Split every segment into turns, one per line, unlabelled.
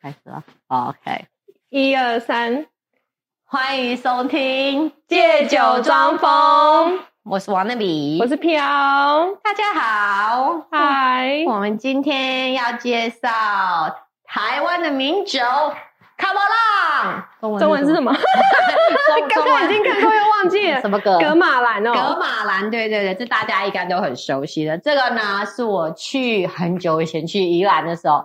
开始了。OK，
一二三，
欢迎收听，
借
酒装疯，我是王那比，
我是飘，
大家好。
嗨，
我们今天要介绍台湾的名酒卡波浪，
中文是什
么？
么？
中
刚刚已经看过又忘记了
什么歌？
格马兰
格
哦，
马兰，对对对，这大家应该都很熟悉的。这个呢，是我去很久以前去宜兰的时候，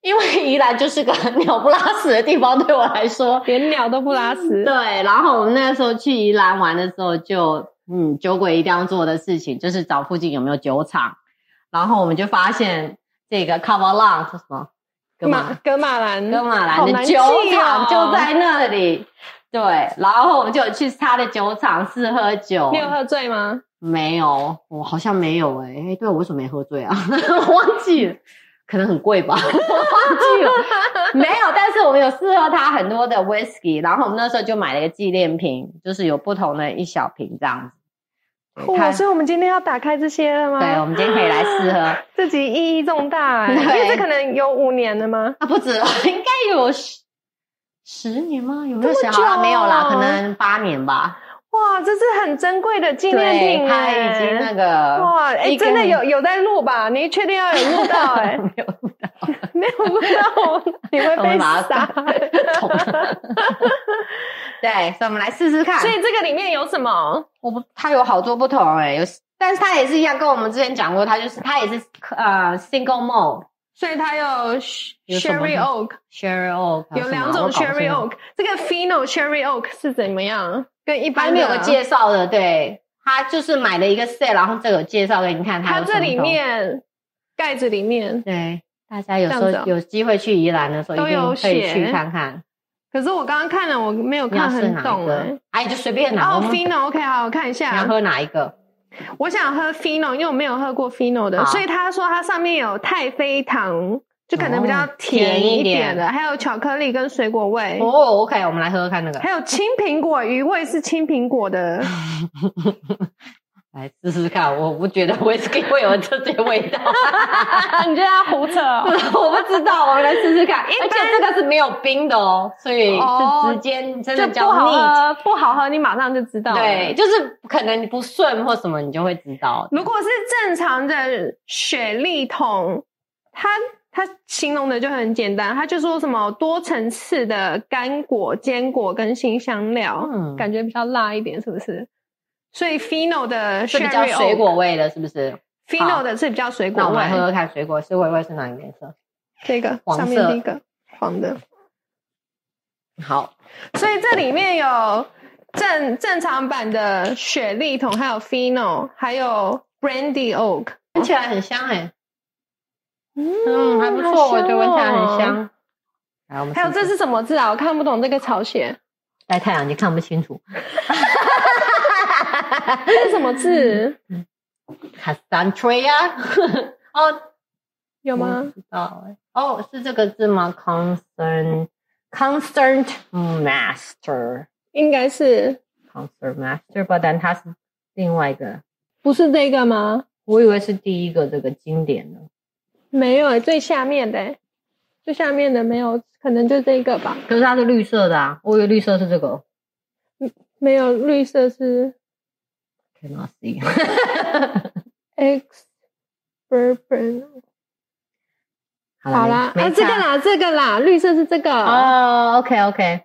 因为宜兰就是个 很鸟不拉屎的地方，对我来说。
连鸟都不拉屎。
对，然后我们那时候去宜兰玩的时候就，嗯，酒鬼一定要做的事情就是找附近有没有酒厂，然后我们就发现这个 c o v e r l a n 是什么？
格
干嘛？
马格马兰，
格马兰
好
的
难
酒
记
厂
哦
就 在那里。对，然后我们就有去他的酒厂试喝酒
你。有喝醉吗？
没有，我好像没有哎、欸。对，我为什么没喝醉啊？ 我忘记了，可能很贵吧， 我忘记了。没有，但是我们有试喝它很多的 whisky，然后我们那时候就买了一个纪念品，就是有不同的一小瓶这样子。对
哇，
它
所以我们今天要打开这些了吗？
对，我们今天可以来试喝。啊，
这集意义重大哎，
对
因为这可能有五年了吗？
不止了，啊应该有十十年吗？有没有
这么
想好？啊
久哦
没有啦，可能八年吧。
哇，这是很珍贵的纪念
对，
品
它
哎，
已经那个
哇，哎、
一个
真的有有在录吧？你确定要有录到、哎，
没有
没有录到， 你会
我
被
们把它
杀。
桶。 对，所以我们来试试看。
所以这个里面有什么？
我不，它有好多不同哎、有，但是它也是一样，跟我们之前讲过，它就是它也是呃 single malt
所以它有
有什么
sherry oak，
sherry oak，啊
有两种 sherry oak。这个 fino sherry oak 是怎么样？跟一
它
般
没
的
有个介绍的，对，它就是买了一个 set，然后这个有介绍给你看
它
有什
这
么
里
东西
面盖子里面。
对。大家有时
这
候
样子哦
有机会去宜兰的时候，
都
一定
有
可以去
写
看看。
可是我刚刚看了，我没有
你要
看
试
很
哪一
懂哎、
个？哎，你就随便拿。我
哦
们你
，fino OK，好，我看一
要
下。
喝哪一个？
我想喝 fino，因为我没有喝过 fino 的，
好
所以他说它上面有太妃糖，就可能比较
哦
甜
甜一
一
点
点的，还有巧克力跟水果味，
哦，OK，我们来喝喝看那个。
还有青苹果鱼味是青苹果的。
来试试看，我不觉得 whisky 会有这些味道，
啊你觉得它胡扯、哦？
我不知道，我们来试试看。而
般
且这个是没有冰的哦，所以
哦
是直接真
就
的
不
叫
好
neat。
喝，不好喝，你马上就知道了。
对，就是可能你不顺或什么，你就会知道。
如果是正常的雪莉桶，它它形容的就很简单，它就说什么多层次的干果、坚果跟新香料，
嗯
感觉比较辣一点，是不是？所以 Fino 的
是比较
sherry oak，
水果味的，是不是？好
，Fino 的是比较水
那
果
我们来喝
味。
喝看，水果水果味是哪个颜色？
这个
黄色
上面第一个黄的，
好，
所以这里面有正正常版的雪莉桶，还有 Fino，还有 Brandy Oak。
闻起来很香哎，嗯，
嗯
还不错，我觉得闻起来
哦
很。香。来，我们
还有
试试
这是什么字啊？我看不懂这个草写，
戴太阳镜看不清 楚，
这是什么字？
卡桑特呀， 哦，
有
我不
吗？
知道哎、哦，是这个字吗？Concern concerned master
应该是
concern master，不但它是另外一个，
不是这个吗？
我以为是第一个这个经典的，
没有、欸，最下面的、欸，最下面的没有，可能就这个吧。
可是它是绿色的啊，我以为绿色是这个。
没有绿色是
Cannot see，
X bourbon。好啦，
没
啊，
没
这个
差
啦，这个啦，绿色是这个。哦，
哦，OK OK，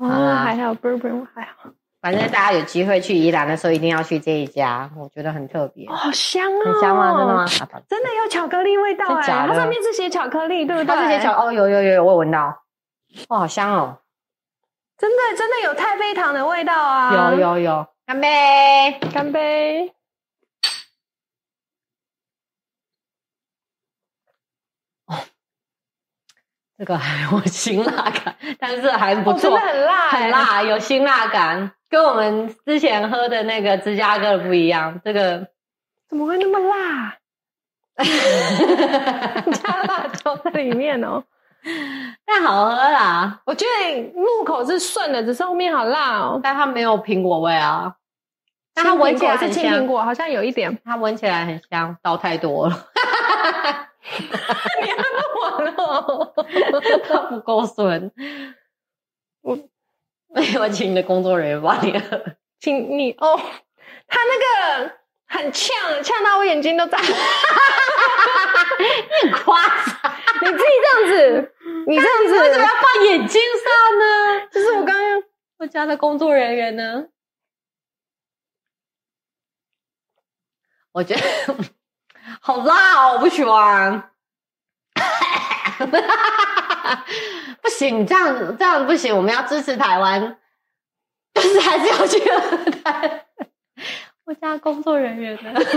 啦
还好 bourbon 我还好。
反正大家有机会去宜兰的时候，一定要去这一家，我觉得很特别
哦，，好香哦！
很香啊吗？真的吗？？
真的有巧克力味道
真
哎、
假的
它上面是写巧克力，对不对？
它是些巧哦，有有有有，我有闻到，哇，好香哦。
真的真的有太妃糖的味道啊！
有，有有，干杯！
干杯！
这个还有辛辣感，但是还不
哦，真
错，
的很辣、
很。辣，有辛辣感，跟我们之前喝的那个芝加哥的不一样。这 个
怎么会那么辣？加辣椒在里面哦。
但好喝啦，
我觉得入口是顺的，只是后面好辣哦。
但它没有苹果味啊。但
青
它闻
苹
起来
果是
很
青苹
香，
果，好像有一点。
它闻起来很香，倒太多了。
你要问我了，
它不够酸。
我
我请你的工作人员帮你喝。
请你哦，他那个很呛，呛到我眼睛 都在。
夸张，
你自己这样 子，你这样
为什么要
子，
放眼睛上呢？
就是我刚刚
我家的工作人员呢？我觉得好辣哦，我不喜欢。 不行，这样这样不行，我们要支持台湾，但是还是要去喝台。 我家工作人员呢？
支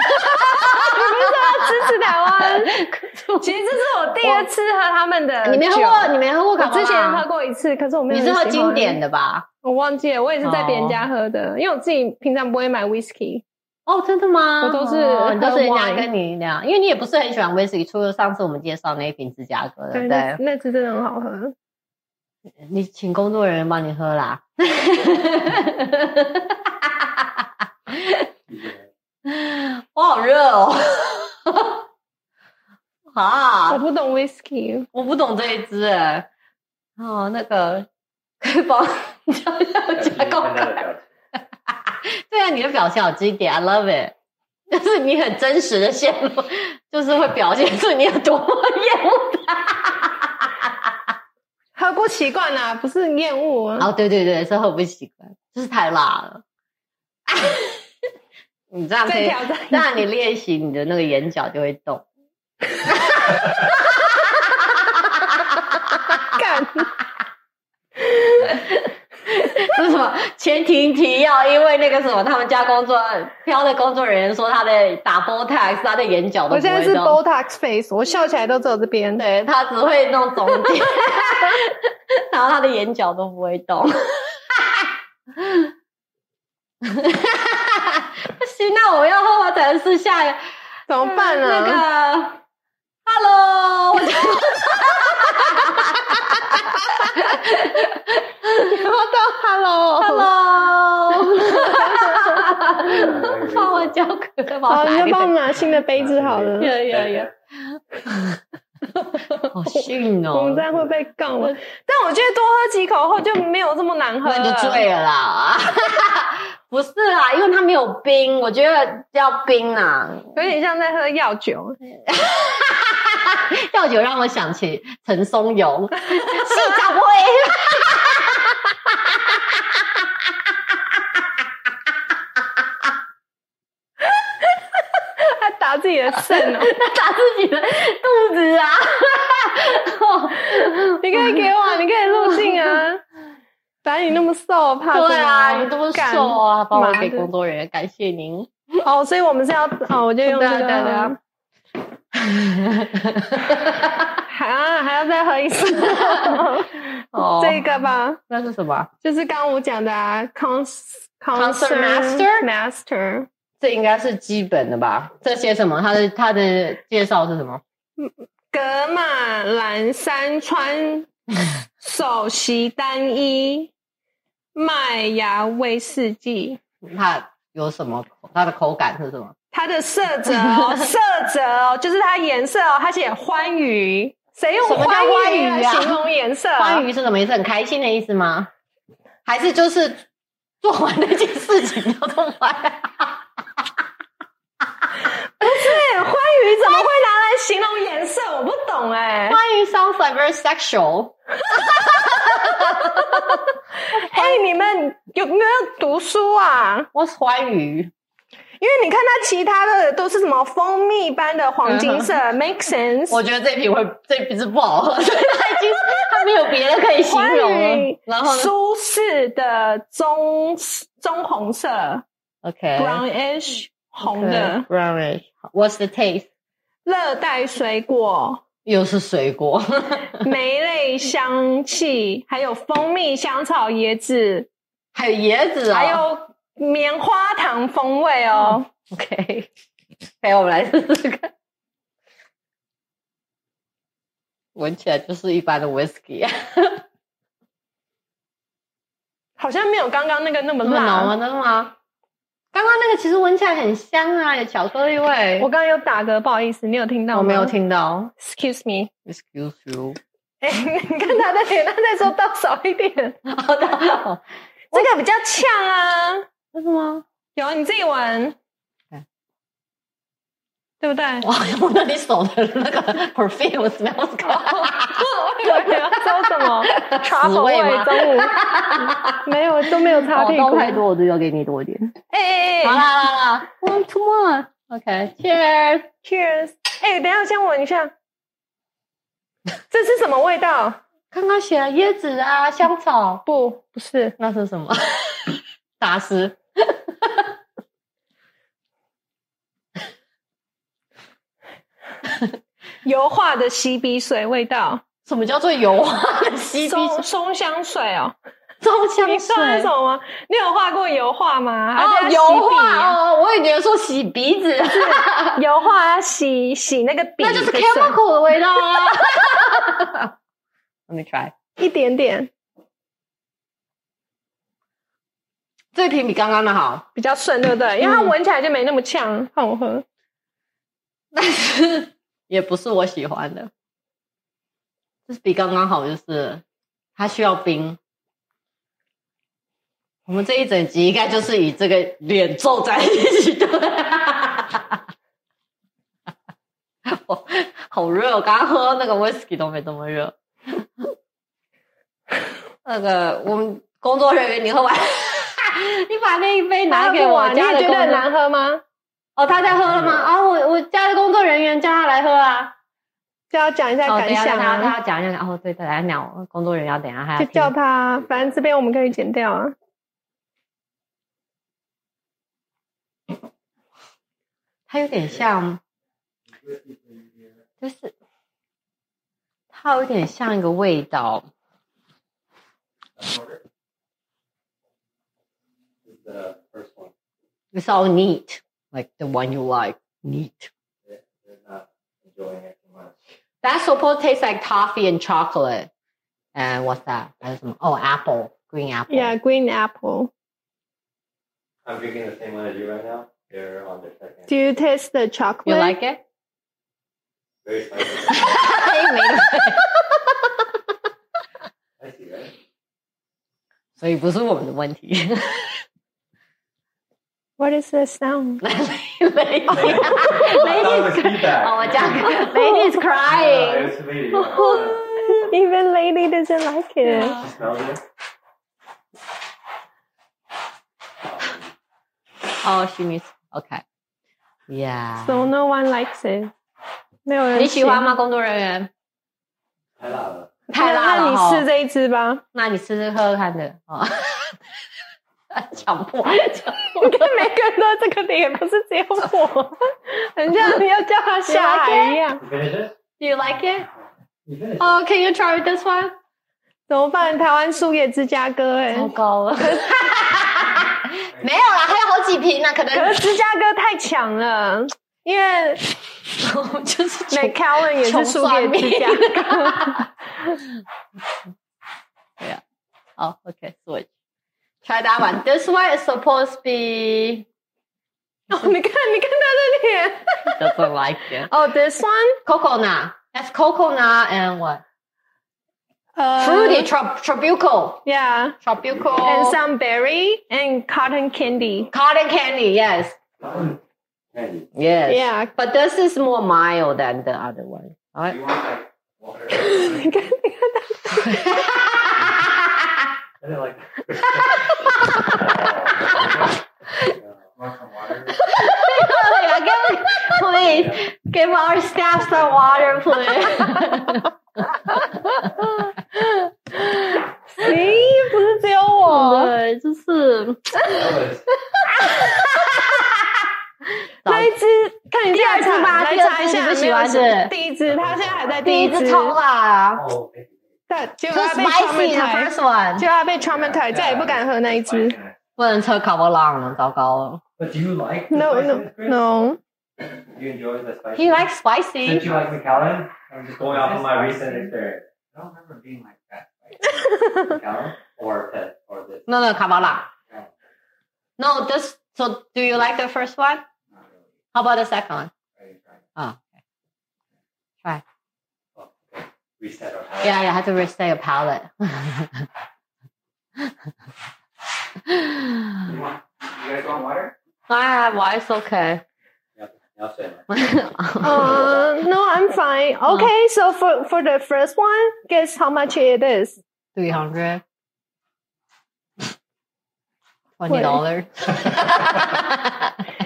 持台 湾。其实这是我第二次喝他们的酒，
你没喝过，你没喝过啊
我
卡巴拉
之前喝，过一次，可是我没有。
你是喝经典
的，
的吧？
我忘记了，我也是在别人家喝的，因为我自己平常不会买 whisky。
哦，真的吗？
我都是
哦你都是
喝
人家
wine
跟你聊，因为你也不是很喜欢威士忌，除了上次我们介绍那一瓶芝加哥的，对不
那
对？
那次真的很好喝。
你请工作人员帮你喝 啦。我好热哦！
我
啊，
不懂 whisky，
我不懂这一支哎。哦，那个可以帮教教加工
看他的表情
对啊，你的表情好经典，I love it，就是你很真实的陷入，就是会表现出你有多么厌恶
喝不习惯啊，不是厌恶
它。
啊。
哦，对对对，是喝不习惯，就是太辣 了。你这样可
再
以，
挑战一次
那你练习你的那个眼角就会动。
干，
是什么？前提提要，因为那个什么，他们家工作飘的工作人员说他的打 Botox，他的眼角都
我
不
现在
会
是
动，
Botox face，我笑起来都只有这边。
对他只会弄中间， 然后他的眼角都不会动。 不行，那我要喝完才能试下呀。
怎么办啊？
那个，Hello，我叫
你要到 Hello。
Hello，帮我
讲，
叫可乐
好，
宝拿
你就
一
帮我
个，
们 拿新的杯子好了。
有有有，好逊哦！
我们这样会被告吗？但我觉得多喝几口后就没有这么难喝
嗯那你
了。
就醉了 啦。不是啦，因为它没有冰，我觉得要冰啊。
有点像在喝药酒。
药酒让我想起陈松 勇，是长会。
他打自己的肾哦，
打自己的肚子啊！
你可以给我，你可以入镜 啊。反正你那么瘦，怕什么
对啊，你这么
干
瘦啊，帮我
妈
给
的
工作人员，感谢您。
哦，所以我们是要哦，我就用这
对
个
啊对啊
还啊还要再喝 一次
哦，
这个吧，
那是什么？
就是刚刚我讲的啊，cons
Concert
master master
这应该是基本的吧？这些什么？它的它的介绍是什么？
格马兰山川首席单一麦芽威士忌，
它有什么？它的口感是什么？
它的色泽 哦，色泽哦，就是它颜色哦，它写欢愉。谁用
什么叫
欢愉
欢愉
来
啊
形容颜色、哦
欢愉是什么意思？很开心的意思吗？还是就是做完那件事情叫做欢？
对，欢愉怎么会拿来形容颜色？我不懂哎、
欢愉 sounds like very sexual。
哎、你们有没有读书啊？
我是欢愉，
因为你看它其他的都是什么蜂蜜般的黄金色，make sense。
嗯我觉得这瓶会这瓶是不好喝， 所以它已经它没有别的可以形容
欢
了
愉。
然后呢
舒适的棕棕红色
，OK，
，brownish 红的
b r o w n i s h What's the taste？
热带水果，
又是水果，
梅类香气，还有蜂蜜、香草、椰子，
还有椰子啊、
还有棉花糖风味哦。
OK，陪我们来试试看。闻起来就是一般的 whisky，啊
好像没有刚刚那个那么
那么
辣
啊浓吗？真的吗？刚刚那个其实闻起来很香啊，有巧克力味。
我刚刚有打嗝，不好意思，你有听到吗？
我没有。听到
Excuse me。
，excuse you。
哎、你看他在点，他在说倒少一点， 这
好的，
个比较呛啊。
真的吗？
有你自己闻哎
看，
对不对？
我好像闻到你手的那个 perfume smells good。
我以为你要说什 么茶
死
口
味
味
吗？
中午 没有都没有擦屁
广
股
告。太多，我就要给你多一点。
哎哎哎，
好啦好啦好啦，one to one。OK，cheers。
Cheers！哎、等一下，我先闻一下，这是什么味道？
刚刚写了椰子啊，香草，
不，不是，
那是什么？ 打湿。
油画的洗鼻水味道，
什么叫做油画的吸鼻
松松香水哦。
中
你
香
说那
水
什？么？你有画过油画吗？
哦，
还是
油
要洗笔
画
啊
哦，我也觉得说洗鼻子，
油画要洗洗那个笔的
那
水，
就是 chemical 的味道啊。Let me try。
一点点，
这瓶比刚刚的好，
比较顺，对不对？因为它
嗯
闻起来就没那么呛，看我喝。
但是也不是我喜欢的，就是比刚刚好，就是它需要冰。我们这一整集应该就是以这个脸皱在一起的。我好热，我刚刚喝那个 whisky 都没这么热。那个我们工作人员，你喝完， 你把那一杯拿给我
啊你
家
也
的
觉
工
得嗯
作
很难喝吗？
哦，他在喝了吗？啊，我我家的工作人员叫他来喝啊。
就要讲一下
哦，等
感
一下
想
他他
啊，
要讲一下，哦，对，等一下讲工作人员要等一下还要
就
听
叫他，反正这边我们可以剪掉啊。
他有点像，就是它有点像一个味道，
is the first one.
it's all neat like the one you like neat.
They're they're not enjoying it too much.
That supposed tastes like toffee and chocolate. And what's that? 还有什么？哦、a p p l e green apple.
Yeah, green apple.
I'm drinking the same one as you right now. They're on their second.
Do you taste the chocolate?
You like it?
Very spicy.
没得
spicy, right?
所以不是我们的问题。
What is the sound?
雷 雷
I thought it was
Lady's
feedback.
哦，我讲 Lady's
Yeah,
crying。
it was lady. Yeah.
Even lady doesn't like it.
She smells it. Um,
哦，she Oh, miss。OK。Yeah。
So no one likes it. 没有人
你喜欢吗？工作人员？
太辣了，
太辣
那
了
那你试
哈。
这一 支吧，
那你试试喝喝看的哦。 强 迫，强
你看每个人都这个脸，不是只有我，很像你要叫他下海一样。
you finish it?
Do you like it?
You finish
Oh, can you try this one?
怎么办？台湾输给芝加哥哎、
糟糕 了。没有啦，还有好几瓶呢，可
可
能
是芝加哥太强了，因为
就是穷
McAllen 也是输给芝加哥。
Yeah. Oh, okay. Switch. Try that one. This one is supposed to be
哦，你看，你看他的脸。
doesn't like it.
Oh, this one.
Coconut. That's coconut and what?
Uh,
Fruity trop- tropical.
Yeah.
Tropical.
And some berry and cotton candy.
cotton candy. Yes.
it. Candy.
Yes.
Yeah.
But this is more mild than the other one. All
You
right.
want like water?
你看，你看他
I didn't like that. Want some water?
give, please give our staff some water, please.
咦，不是只有我，
对，就是
That was-
那一只看一下
第二只吧
来
第二只
查一下，
你不喜欢
没有
是
第一只，他现在还在
第一
只
只，超辣啊，
Oh, thank you.
但结
too
果他被
spicy the
traumatized，
first one，
结果他被 traumatized，再也不敢喝那一只。
不能吃卡波浪了，糟糕了。
But do you like the
No, no,
spiciness, Chris?
no.
Do you enjoy the spice?
He likes
Did
spicy.
you like McAllen? I'm just going off of my recent experience. I don't remember being like that. McAllen or Pet or this.
No, no, 卡波浪。No, this So do you like the first one?
Not really.
How about the second one?
I didn't try.
Oh, Try.
Oh, okay. Reset our palette.
Yeah, you have to reset your palette.
You, want, you guys want water?
ah, well, it's okay.
No, Sam.
Uh, no, I'm fine. Okay, so for for the first one, guess how much it is?
300 $20.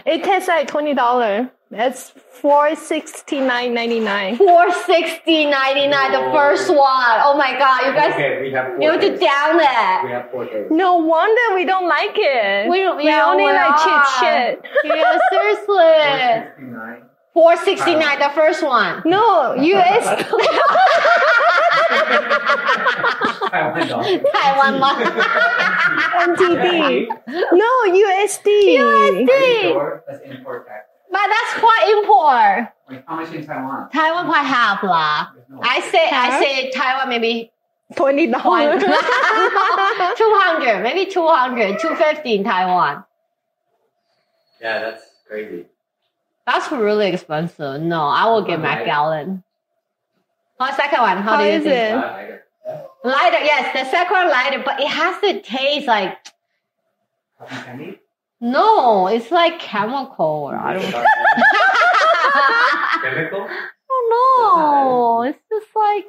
It tastes like twenty dollar. It's four sixty nine ninety nine.
460 99 the first one. Oh my god, you guys
okay, we have four.
you need to
things.
down it.
We have four things.
No wonder we don't like it.
We,
we only like cheap shit.
Yeah, seriously.
469.
469 the first one.
No, US.
Taiwan dollar.
台湾 吗？
NTD. no, USD.
That's import- that's import tax.
But that's quite import.
Like, how much in Taiwan?
Taiwan quite half 啦。
There's no-
I say I say Taiwan maybe
Twenty
one
dollars.
two hundred maybe two hundred two fifty in Taiwan.
Yeah, that's crazy.
That's really expensive. No, I will get my
Right.
gallon. Oh, second one. How,
How
do you
is
think?
it?
Uh, I got-
Lighter, yes, the second one lighter, but it has to taste like
Cotton candy?
no, it's like chemical. Or I don't
Dark Chemical?
know. Oh, It's just like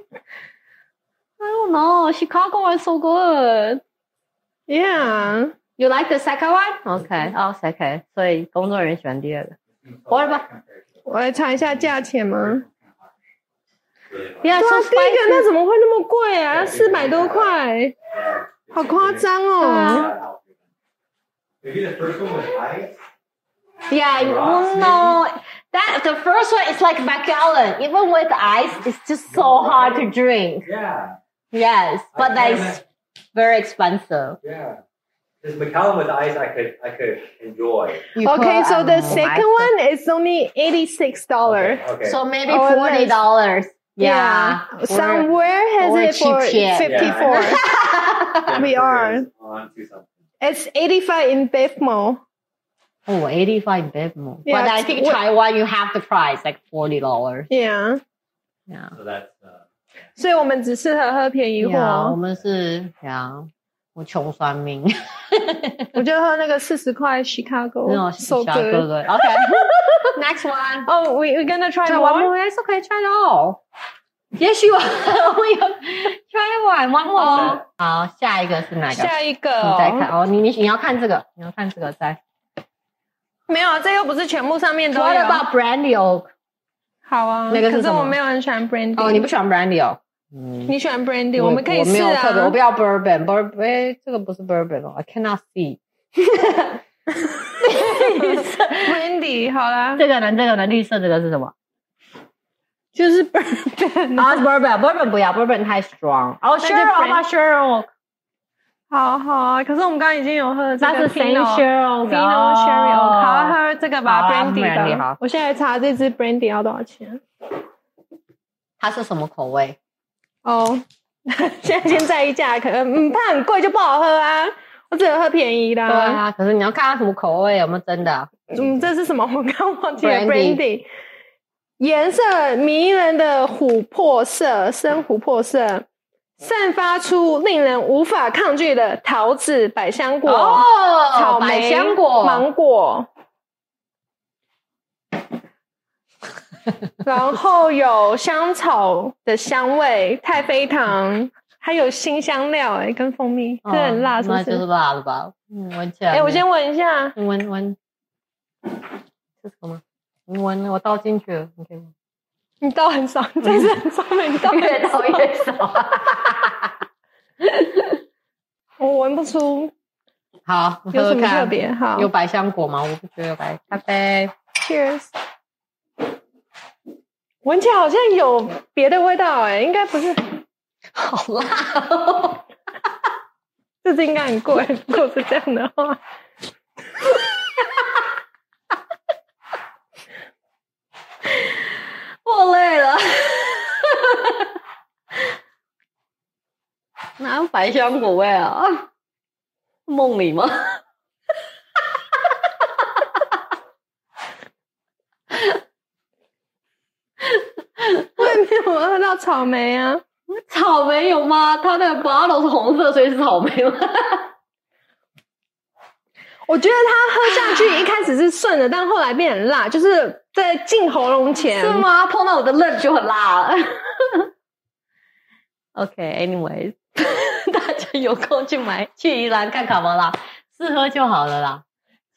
I don't know. Chicago is so good.
yeah.
You like the second one? Okay. Oh, okay. 所以工作人员喜欢第二个。What about-
Compared to-
我来查一下价钱吗？
Really hard.
Yeah,
对
so
啊，第一个
spicy.
那怎么会那么贵啊？四百多块，
Yeah.
好夸张哦！
Yeah. Maybe the first one was high.
Yeah, you
Rocks,
don't know. That the first one is like Macallan. Even with ice, it's just so hard to drink.
Yeah,
Yes,
I
but
can't
that's very expensive.
yeah. This McAllen with ice, I could, I could enjoy.
You
Okay,
could,
so
um,
the
buy
second
some-
one is only eighty six dollar.
Okay. okay.
So maybe
Oh,
forty dollars. Yeah. We're-
Somewhere
or
has it
cheap
for
shit.
fifty four. we are.
on to something.
It's eighty five in Bevmo.
oh, 85 bit more.
Yeah,
but I
it's-
think Taiwan you have the price like forty dollars.
Yeah，
Yeah.
So that's uh,
所以我们只适合喝便宜货。
Yeah, 我们是 yeah，我穷酸命。
我就喝那个四十块 Chicago，
No,
Oh, so
Chicago
good.
good. Okay. Next one.
Oh, we we gonna try
Try one
more.
more. It's okay. Try it all. 也许我 我有 Oh, try one one more。好，下一个是哪个？
下一个
你再看
哦，
哦，你你你要看这个，你要看这个再。
没有，这又不是全部上面都
What
有。
about brandy oak？
好啊，
那个是
可是
什么
我没有很喜欢 brandy。
哦，你不喜欢 brandy oak？嗯，
你喜欢 brandy，
我
我们可以
我没
试
有特别，我
啊
不。要 bourbon bourbon，哎，这个不是 bourbon 哦，I cannot see。
brandy 好 啦，
这个呢？这个呢？绿色这个是什么？
就是 bourbon 啊。
啊，bourbon，bourbon 不要，bourbon 太 strong。哦
就
，sherry，
brand-
吧，sherry，
好好啊，可是我们刚刚已经有喝了这
那
个
是谁
Pinot
？sherry，
Pinot Sherry，哦好啊，喝这个吧
好啊
，brandy
brandy，
吧
好。
我现在查这支 brandy 要多少钱
它是什么口味？
哦。 现在先在意价，可能嗯怕很贵就不好喝啊。我只能喝便宜的
对
啊。
啊，可是你要看它什么口味，有没有真的？啊
嗯，这是什么？我刚忘记了
Brandy
brandy。颜色迷人的琥珀色，深琥珀色，散发出令人无法抗拒的桃子、百香果、草
哦，
莓、
百香果，
芒 果，然后有香草的香味、太妃糖，还有新香料、哎，跟蜂蜜，这
哦
很辣，是不？
那就是是辣了吧？嗯，闻起来。
哎、我先闻一下，
你闻闻，是什么？你闻，我倒进去了，你可以闻。
你倒很少， 你
嗯
这次很少，你倒很少
少。
我闻不出
好，喝
有什
喝
么特
看。
别。好
有百香果吗？我不觉得有百。咖啡，
，Cheers。闻起来好像有别的味道哎、应该不是，
好辣、哦。
这支应该很贵。如果是这样的话，
我累了。哪有百香果味啊？梦里吗？
草莓啊，
草莓有吗？它的 bottle 是红色，所以是草莓吗？
我觉得它喝下去一开始是顺的，但后来变很辣，就是在进喉咙前
是吗？碰到我的 lip 就很 辣了。OK，anyways，、大家有空去买去宜兰看卡摩拉，试喝就好了啦，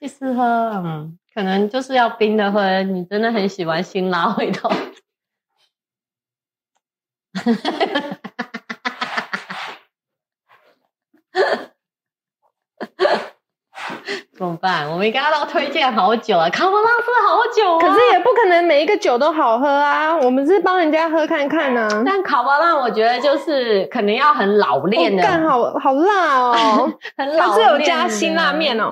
去试喝。嗯，可能就是要冰的喝，你真的很喜欢辛辣味道。 怎么办？我们刚刚都推荐好久了，卡摩拉是好久、啊，
可是也不可能每一个酒都好喝啊，我们是帮人家喝看看呢、啊。
但卡巴拉我觉觉得就是可能要很老练
哦
的，
干好好辣哦，
很
它
老
是
练的
有加辛辣 面哦，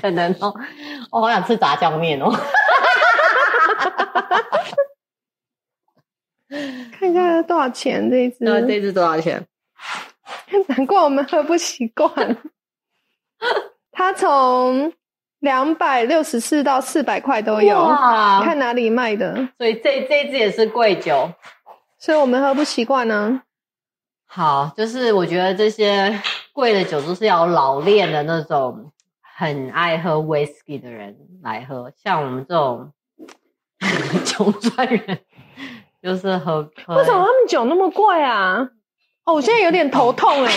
可能哦。我好想吃炸酱面 哦。
看看它多少钱这一支，
支多少钱？
难怪我们喝不习惯。它从两百六十四到四百块都 有，
哇！
看哪里卖的，
所以这这支也是贵酒。
所以我们喝不习惯啊呢。
好，就是我觉得这些贵的酒都是要有老练的那种，很爱喝 whisky 的人来喝，像我们这种 穷酸人，就是喝。 喝
为什么他们酒那么贵啊？哦，我现在有点头痛哎、
好酒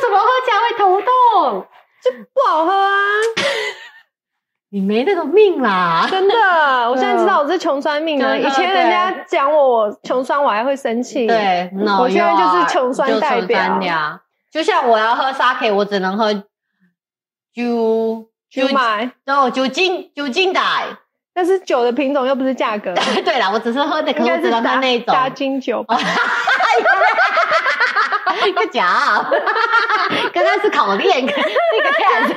怎么喝起来会头痛？
不好喝啊，
你没那个命啦！
真的。我现在知道我是穷酸命了。
真的
以前人家讲我我穷酸，我还会生气。，
对，
我现在就是穷酸代表
呀。就像我要喝 sake，我只能喝酒
就买。
然后酒精酒精的。
但是酒的品种又不是价格，
对啦，我只是喝那个，
应
我
该
只
是
能喝
达
那种。
达金酒吧。
个假，刚刚是烤练，那个 cat，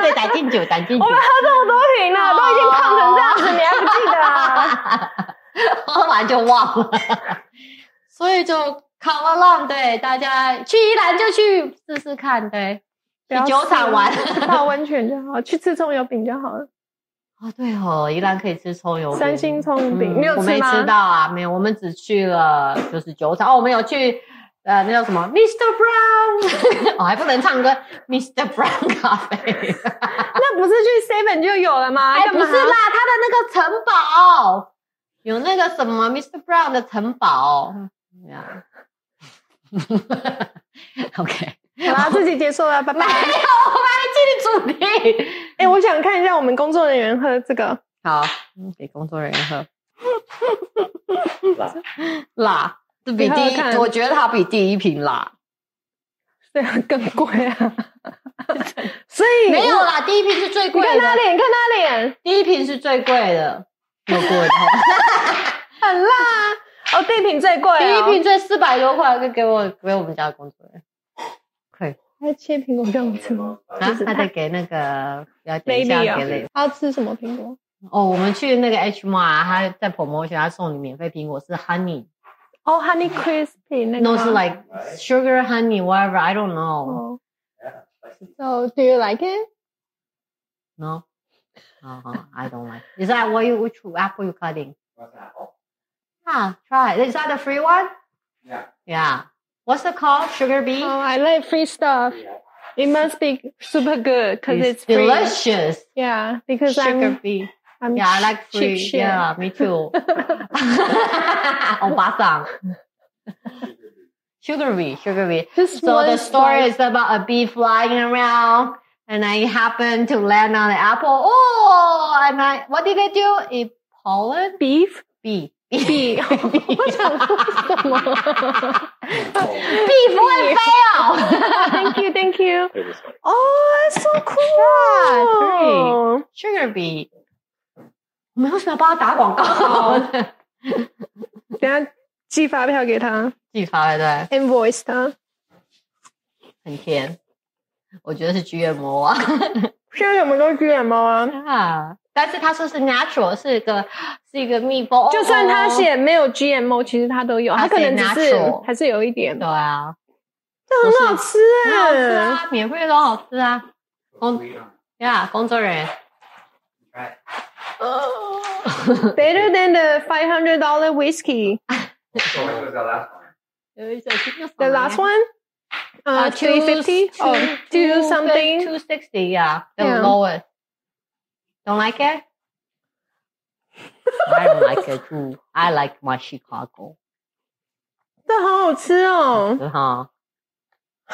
对，打进酒，打进酒
我，们喝这么多瓶了，都已经胖成这样子，你还不记得啊？
喝完就忘了。所以就 come along，对大家去宜兰就去试试看，对，
不
去
要
酒厂
试
玩。
泡温泉就好，去吃葱油饼就好了。
哦，对哦，宜兰可以吃葱油饼，
三星葱油饼，
嗯
你有
我
吃
没
吗？
吃到啊，没有，我们只去了就是酒厂，哦，我们有去呃，那叫什么 Mr. Brown，哦，还 不能唱歌 Mr. Brown 咖啡，
那不是去 Seven 就有了吗？
哎，
干
不
嘛
是啦，他的那个城堡有那个什么 Mr. Brown 的城堡，
嗯
这样，OK，
好啦，自己结束了，拜
没有，我
拜
们。还进入主题，
哎、我想看一下我们工作人员喝这个，
好，嗯给工作人员喝。辣，这比
你喝
第
喝
一，
看
我觉得它比第一瓶辣。
对啊，更贵啊。所以
没有，啦，第一瓶是最
你
贵
看他
的，
脸，你看他脸，
第一瓶是最贵的，有过头。
很辣啊。哦，第一瓶最贵、
第一
哦，
瓶最四百多块，给给我给我们家工作人员。可以
他切苹果给我们吃吗？
啊
就是，
他
他
在给那个要等一下
Baby 啊
给你，
他要吃什么苹果？
哦。我们去那个 H M 啊，他在 promotion，他送你免费苹果是 honey，
哦、h o n e y Crispy 那个
no
吗
是 like sugar honey whatever I don't know
哦 So do you like it?
no，啊哈 I don't like. Is that what you which apple you cutting?
What's Oh, an apple?
Ah, try. Is that the free one?
Yeah.
Yeah. What's it called? Sugar beet?
Oh, I like free stuff. It must be super good because it's, free.
delicious.
Yeah, because
Sugar
I'm
beet.
I'm
Yeah, I like
cheap
free.
shit.
Yeah, me too. 欧巴桑。Sugar beet, sugar beet.
This
So the
one's
story
like-
is about a bee flying around, and I happened to land on an apple. Oh, and I what did I do? It pollen
beef
bee.
bee，我想说什么
Bee 不会飞哦。
？Thank you, thank you.
It was fun.
Oh, that's so
Yeah,
Ah, cool.
Sugar bee，我们为什么要帮他打 广告？
等一下寄发票给他
自己发对不对？
，invoice 他。
很甜，我觉得是 GMO 啊。
现在什么都 GMO 啊，
啊，但是他说是 natural，是一个是一个蜜蜂，哦
就算他写没有 GMO，其实他都有，
它
他可能只
是
是
natural
还是有一点
对。啊，
这很好吃
很好吃
哎，
啊，免费都好吃啊。工
Sweet on it.
呀，工作人员
Try it.
呃 Better than the five hundred dollar whiskey.
So which was the last one?
The last one, Oh, uh, two fifty, oh, two something.
啊 two sixty. Yeah, the
Yeah.
lowest. Don't like it. I don't like it too. I like my Chicago.
这好好吃哦！
哈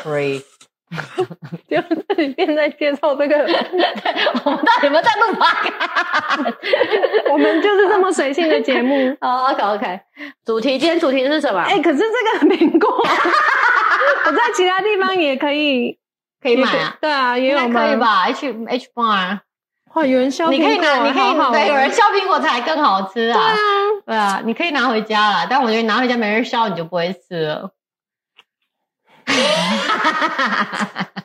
，three。
就这里边在介绍 这个，
我们到底有没有在录 p
我们就是这么随性的节目。
哦，OK OK，主题今天主题是什么？
哎、可是这个苹果， 我在其他地方也可以
可以买啊，
对啊，也
应该可以
有吗？
吧？H H bar，
哇，元宵
你可以
苹果
拿，你可以
好好
对，有
玩
人削苹果才更好吃啊。
对啊，
对啊，你可以拿回家了，但我觉得拿回家没人削，你就不会吃了。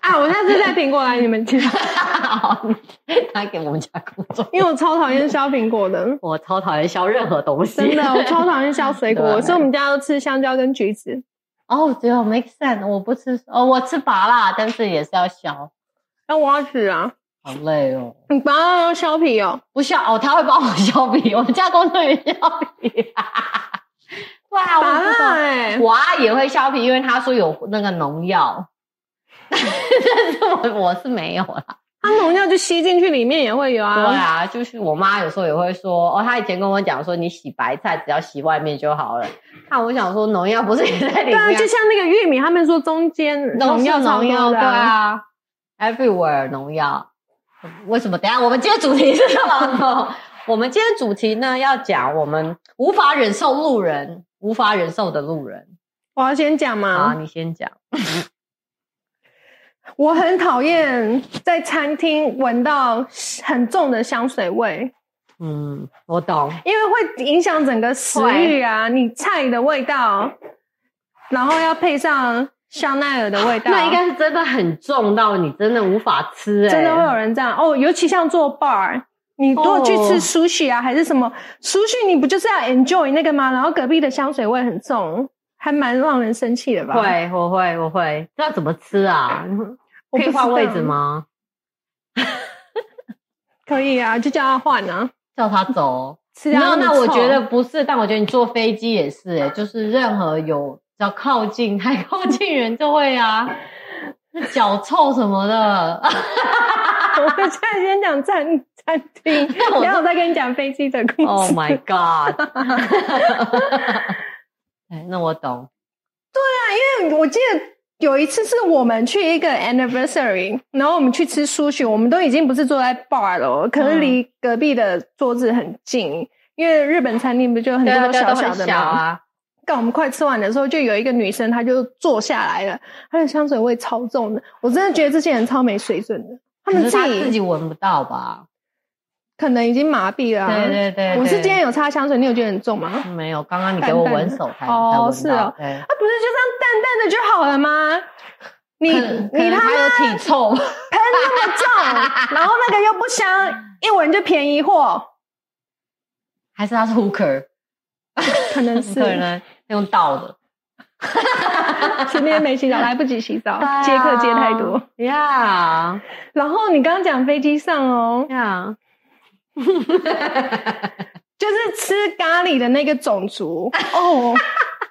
啊，我下次带苹果来你们家，
好拿给我们家工作，
因为我超讨厌削苹 果的，
我超讨厌削任何东西，
真的，我超讨厌削水果，所以我们家都吃香蕉跟橘子。
哦，只有 make sense，我不吃哦，我吃拔啦，但是也是要削，
那我要吃啊，
好累哦。
你不要削皮哦。
不削哦，他会帮我削皮，我们家工作人员削皮、 对啊，
拔
我不
辣
懂。
哎，
我阿也会削皮，因为他说有那个农药， 但是我我是没有啦。
它农药就吸进去里面也会
对
有啊。
啊，就是我妈有时候也会说，哦，她以前跟我讲说，你洗白菜只要洗外面就好了。那我想说，农药不是也在里
对啊，
面
就？像那个玉米，他们说中间
哎都是
农药超
农药，
多
对
的啊。
啊，everywhere 农药。为什么？等一下我们今天主题是什么？ 我们今天主题呢要讲我们无法忍受路人，无法忍受的路人。
我要先讲
啊，
嘛，
你先讲。
我很讨厌在餐厅闻到很重的香水味。
嗯，我懂。
因为会影响整个食欲啊，你菜的味道，然后要配上香奈儿的味道，
那应该是真的很重到你真的无法吃、欸，
真的会有人这样哦。尤其像做 bar，你如果去吃 sushi 啊，还是什么 sushi，你不就是要 enjoy 那个吗？然后隔壁的香水味很重，还蛮让人生气的吧？，
会，我会，我会。那怎么吃啊？ 可以换位置？吗？
可以啊，就叫他换啊。
叫他走。
吃
然
掉
后
么
那我
臭
觉得不是，但我觉得你坐飞机也是、欸，就是任何有只要靠近太靠近人就会啊，脚臭什么的。
我们现在先讲餐餐 厅，
我
然后我再跟你讲飞机的故 事。
oh my god！哎，那我懂。
我记得有一次是我们去一个 anniversary，然后我们去吃 sushi，我们都已经不是坐在 bar 了哦，可是离隔壁的桌子很近，因为日本餐厅不就很多
对啊对
小
啊
小
都很
的
小
嘛。
啊。
刚、我们快吃完的时候，就有一个女生，她就坐下来了，她的香水味超重的，我真的觉得这些人超没水准的，他
可
们
是
自
他
己
自己闻不到吧？
可能已经麻痹了啊、
对对对
我是
对
今天有擦香水，你有觉得很重吗？啊，
没有，刚刚你给我闻手才才
淡淡的哦
闻
是
到
哦。
对，
不是就这样淡淡的就好了吗？你
可能可
你
能
他妈
他有体臭。
喷那么重，然后那个又不香，一闻就便宜货，
还是他是 hooker，
可能
可能用倒的，
今天没洗澡，来不及洗 澡，啊接
接
客接太多。。
呀
然后你刚刚讲飞机上哦，
呀，
就是吃咖喱的那个种 族哦。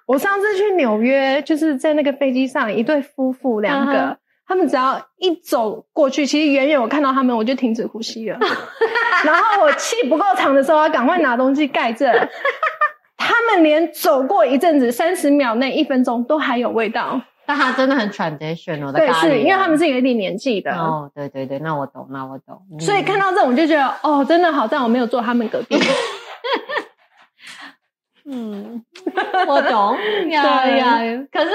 我上次去纽约，就是在那个飞机上，一对夫妇两
嗯
个。他们只要一走过去，其实远远我看到他们，我就停止呼吸了。 然后我气不够长的时候，要赶快拿东西 盖着。他们连走过一阵子，三十秒内、一分钟都还有味道。
但他真的很 traditional 的
对，
咖喱啊，
是因为他们是有一点年纪的，
哦，对对对，那我懂，那我懂。嗯
所以看到这种就觉得哦，真的好，但我没有坐他们隔 壁。
嗯，我 懂呀
对
呀，可是。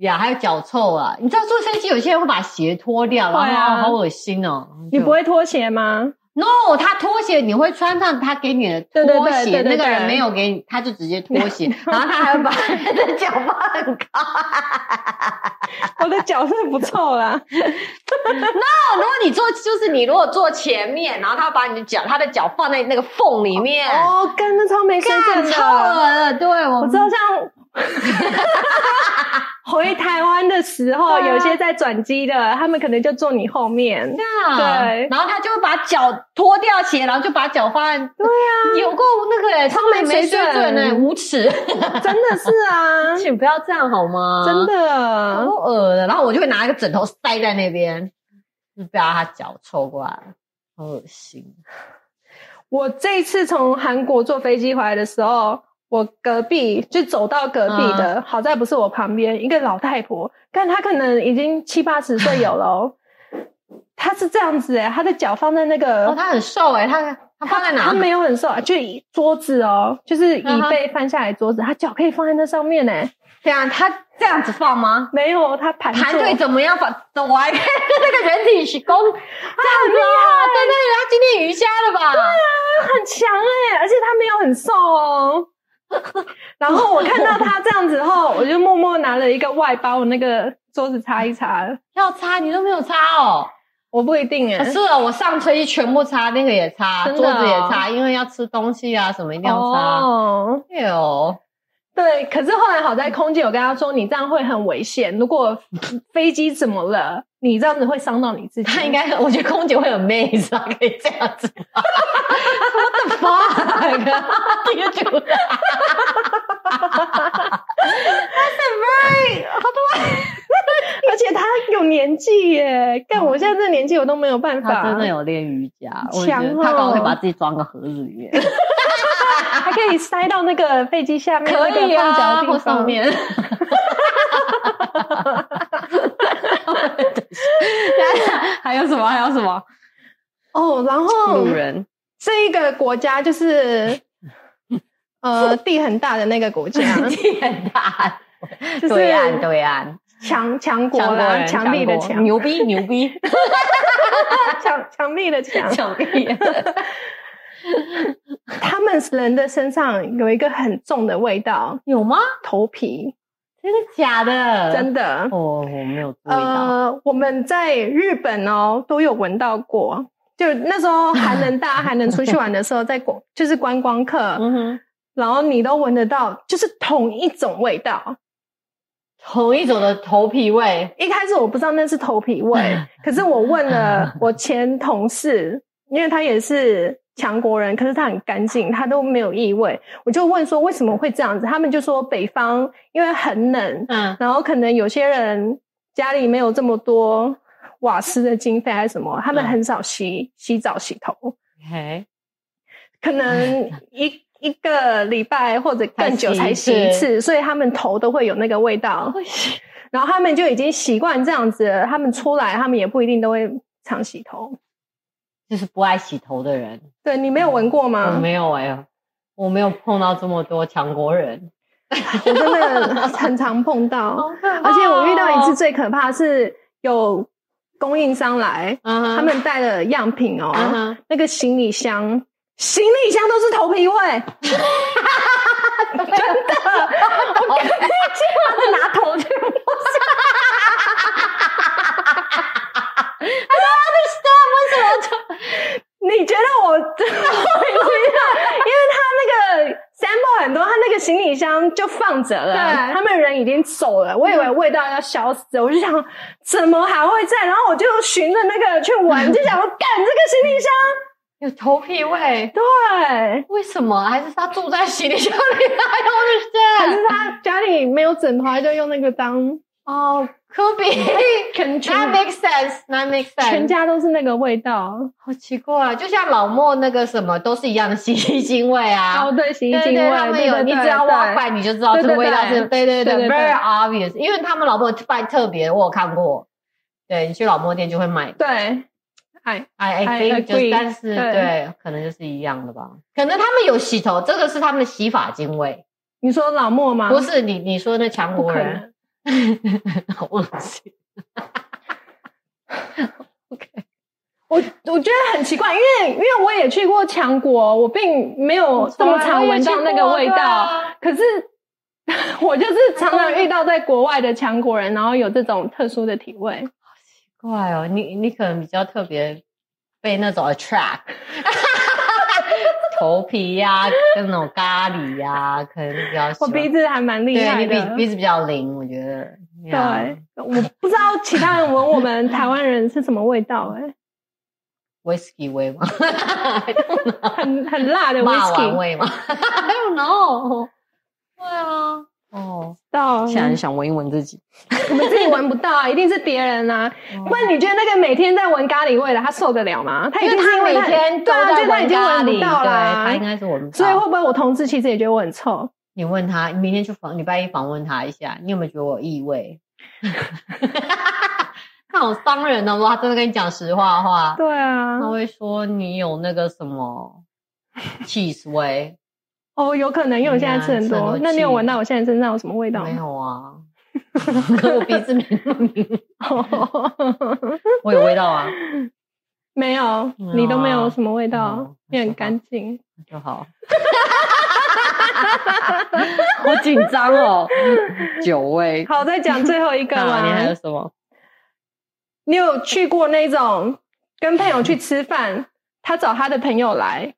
呀，还有脚臭啊！你知道坐飞机有些人会把鞋脱掉，
会
然
啊
后好恶心哦。
你
就
不会脱鞋吗？
No，他拖鞋你会穿上他给你的拖鞋，
对对对对
那
对
个人
对
没有给哦你，他就直接脱鞋，然后他还会把他的脚放 很高。
我的脚是不臭 啦，
哦，如果你坐，就是你如果坐前面，然后他把你的脚，他的脚放在那个缝里面，
哦，干的超没水
干
准
臭
的。
了。对，我
我知道，像回台湾的的时候，
对啊
有些在转机的，他们可能就坐你后 面。对
然后他就会把脚脱掉鞋，然后就把脚放在，对啊，有够那个哎、超没没水准哎、无耻，
真的是 啊，
请不要这样好吗？
真
好
的，
恶的。然后我就会拿一个枕头塞在那边，就不要让他脚抽过来，好恶心。
我这一次从韩国坐飞机回来的时候，我隔壁就走到隔壁的，
嗯
好在不是我旁边一个老太婆，但她可能已经七八十岁有了 哦、她是这样子哎、她的脚放在那个，
哦，他很瘦哎、他他放在哪
他？没有很瘦啊，就椅桌子哦，就是椅
嗯哼
背翻下来桌子，他脚可以放在那上面呢。
对啊，他这样子放吗？
没有，他盘坐
盘腿怎么样放？怎么我还看那个人体是功，这样子啊？对对，他今天瑜伽了吧？
很强哎、而且他没有很瘦哦。 然后我看到他这样子后，我就默默拿了一个外包，我那个桌子擦一擦。
要擦你都没有擦哦。
我不一定哎、
可是啊我上车衣全部擦，那个也擦，
真的
桌
哦
子也擦，因为要吃东西啊，什么一定要擦。
哦，
哎呦，
对，可是后来好在空姐有跟他说，你这样会很危险。如果飞机怎么了，你这样子会伤到你自己。
他应该，我觉得空姐会很 maze 啊，可以这样子。What the fuck？跌出来。
而且他有年纪耶，干我现在这年纪我都没有办法，
他啊真的有练瑜伽，我觉
强
得
哦
他搞不好会把自己装个盒子里面，
还可以塞到那个飞机下面，
可以啊，
那个放脚的地
或
方
上。面。还有什么？还有什么？
哦，然后
路人
这一个国家 就是。呃，地很大的那个国家，
地很大，
就是
对岸对岸，
强强国
强国
啦，
人
强力的
国
强，啊
牛逼牛逼
强强力的 强。
强力，
他们人的身上有一个很重的味道，
有吗？
头皮，
真的假的？
真的。
哦，我没有注意到。
呃，我们在日本哦都有闻到过，就那时候寒冷大寒冷出去玩的时候，在国 就是观光客，
嗯哼，
然后你都闻得到，就是同一种味道。
同一种的头皮味，
一开始我不知道那是头皮味，可是我问了我前同事，因为他也是强国人，可是他很干净，他都没有异味。我就问说为什么会这样子，他们就说北方因为很冷，
嗯，
然后可能有些人家里没有这么多瓦斯的经费还是什么，他们
嗯
很少洗洗澡、洗头，
嘿，
可能一一个礼拜或者更久才
嗯才洗
洗一
一次
次，所以他们头都会有那个味道。然后他们就已经习惯这样子了，他们出来他们也不一定都会常洗头。
就是不爱洗头的人，
对你没有闻过
我
吗？
没 有哎、我没有碰到这么多强国人，
我真的很常碰到，哦而
而
且我遇到
哦
一次，最可怕是有供应商来，
嗯哼
他们带了样品哦，
嗯哼
那个行李箱，行李箱都是头皮味，真的，我跟你讲，拿头去摸， 你觉得我 我知道，因为他那个 sample 很多，他那个行李箱就放着了，
对
他们人已经走了，我以为味道要消失了，我就想怎么还会在，然后我就循着那个去闻，就想说，干这个行李箱，
有头皮味，
对。
为什么？还是他住在行李箱里？I
还
understand。
是他家里没有枕头，他就用那个当
哦，科比
全全
，That makes sense. That makes sense.
全家都是那个味道。
好奇怪，啊就像老莫那个什么都是一样的洗衣精味啊。
哦，对，洗衣
对
精
对
味，
对，他们有，
对
你
对
只要
对
挖块，你就知道
对
这个
对
味道
对
是，对对
对
对
对对
，very obvious。因为他们老莫卖特别，我有看过。对，你去老莫店就会买。
对，哎，
I
I
I think 就
agree，
是，但是
对
对，可能就是一样的吧。可能他们有洗头，这个是他们的洗发精味，
你说老莫吗？
不是你你说那强
啊不
国
可
人，
能，
好恶心。
我我觉得很奇怪，因为因为我也去过强国，我并没有
啊
这么常闻到那个味
对
道，
啊
可是。 我就是常常遇到在国外的强国人，然后有这种特殊的体味。
怪哦，你你可能比较特别被那种 attract，头皮呀、跟那种咖喱呀、可能比较喜欢
我鼻子还蛮厉害
对你
的，
鼻鼻子比较灵，我觉得啊 Yeah.
对，我不知道其他人闻我们台湾人是什么味道、欸，
，whisky 味吗？I
很很 辣的
骂完
whisky，
味 吗？I don't know。对 啊，哦，
到
现在很想闻一闻自己。
我们自己闻不到啊，一定是别 人啊。
哦
不然你觉得那个每天在闻咖喱味的，他受得了吗？他一
因为
定是
他
因为
每天
对
都
啊，
在
就他已
闻
经
咖
闻
喱，
不到啦。
他应该是闻不到。
所以会不会我同志其实也觉得我很臭？
你问他，明天去访礼拜一访问他一下，你有没有觉得我异味？ 那种伤人的，如果他真的跟你讲实话的话，
对啊
他，会说你有那个什么 cheese 味，
哦，有可能，因为我现在吃很
嗯啊吃很
多
多。
那你有
气
闻到我现在身上有什么味道
没
吗？
有啊， 我鼻子没那么敏感，
哦
我有味道啊，
没有，你都没有什么味道
哦，
你很干净。
就好。 好紧张哦，酒味。
好，再讲最后 一个
那你还有
吧。
什么？
你有去过那种跟朋友去吃饭，他找他的朋友来，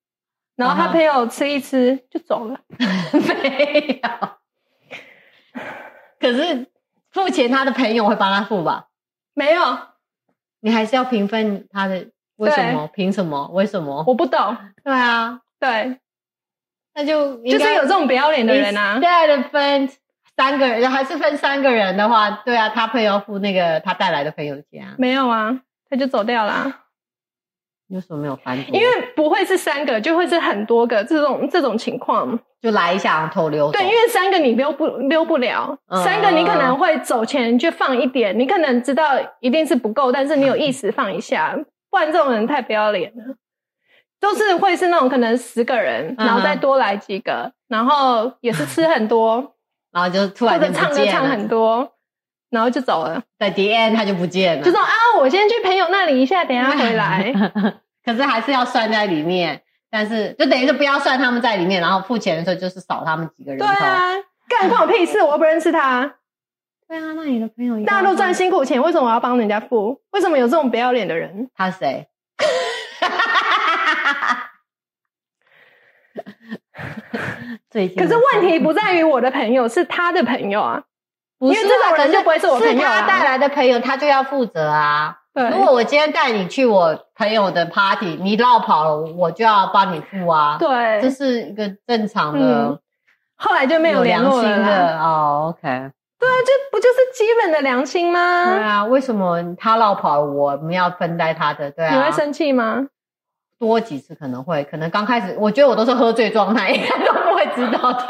然后
啊
他
哈
朋友吃一吃就走了。
没有。可是付钱，他的朋友会帮他付吧？
没有，
你还是要评分他的，为什么？凭什么？为什么？
我不懂。
对啊，
对，
那就应
就
该
是有这种不要脸的人啊
你。带的分三个人，还是分三个人的话，对啊，他朋友付那个他带来的朋友钱啊，
没有啊，他就走掉啦。
你为什么没有翻桌？
因为不会是三个，就会是很多个这种这种情况。
就来一下然后偷溜走。
对，因为三个你溜不溜不了，
嗯
三个你可能会走前去放一点，你可能知道一定是不够，但是你有意识放一下，不然这种人太不要脸了。都是会是那种可能十个人，
嗯
然后再多来几个，然后也是吃很多，
然后就 突
或
然
者
就
唱
不
歌
见
唱
了，
很多，然后就走了，
在 D N 他就不见了，
就说啊，我先去朋友那里一下，等一下回 来。
可是还是要算在里面，但是就等于是不要算他们在里面，然后付钱的时候就是少他们几个人
对
头。
啊，干关我屁事，我又不认识他。
对啊，那你的朋友一定要
大家都赚
帮
辛苦钱，为什么我要帮人家付？为什么有这种不要脸的人？
他谁？最近
可是问题不在于我的朋友，是他的朋友啊。
不是
因为这种人就不会是
是
我朋友啊
他带来的朋友，他就要负责啊。
对，
如果我今天带你去我朋友的 party，你绕跑了，我就要帮你付啊。，这
对，
是一个正常的
嗯、后来就没有联
良
络
心
了啦。
的哦。OK，
那这不就是基本的良心
对
吗？
啊，为什么他绕跑了，我们要分担他的？对啊，
你会生气吗？
多几次可能会，可能刚开始，我觉得我都是喝醉状态，应该都不会知道的，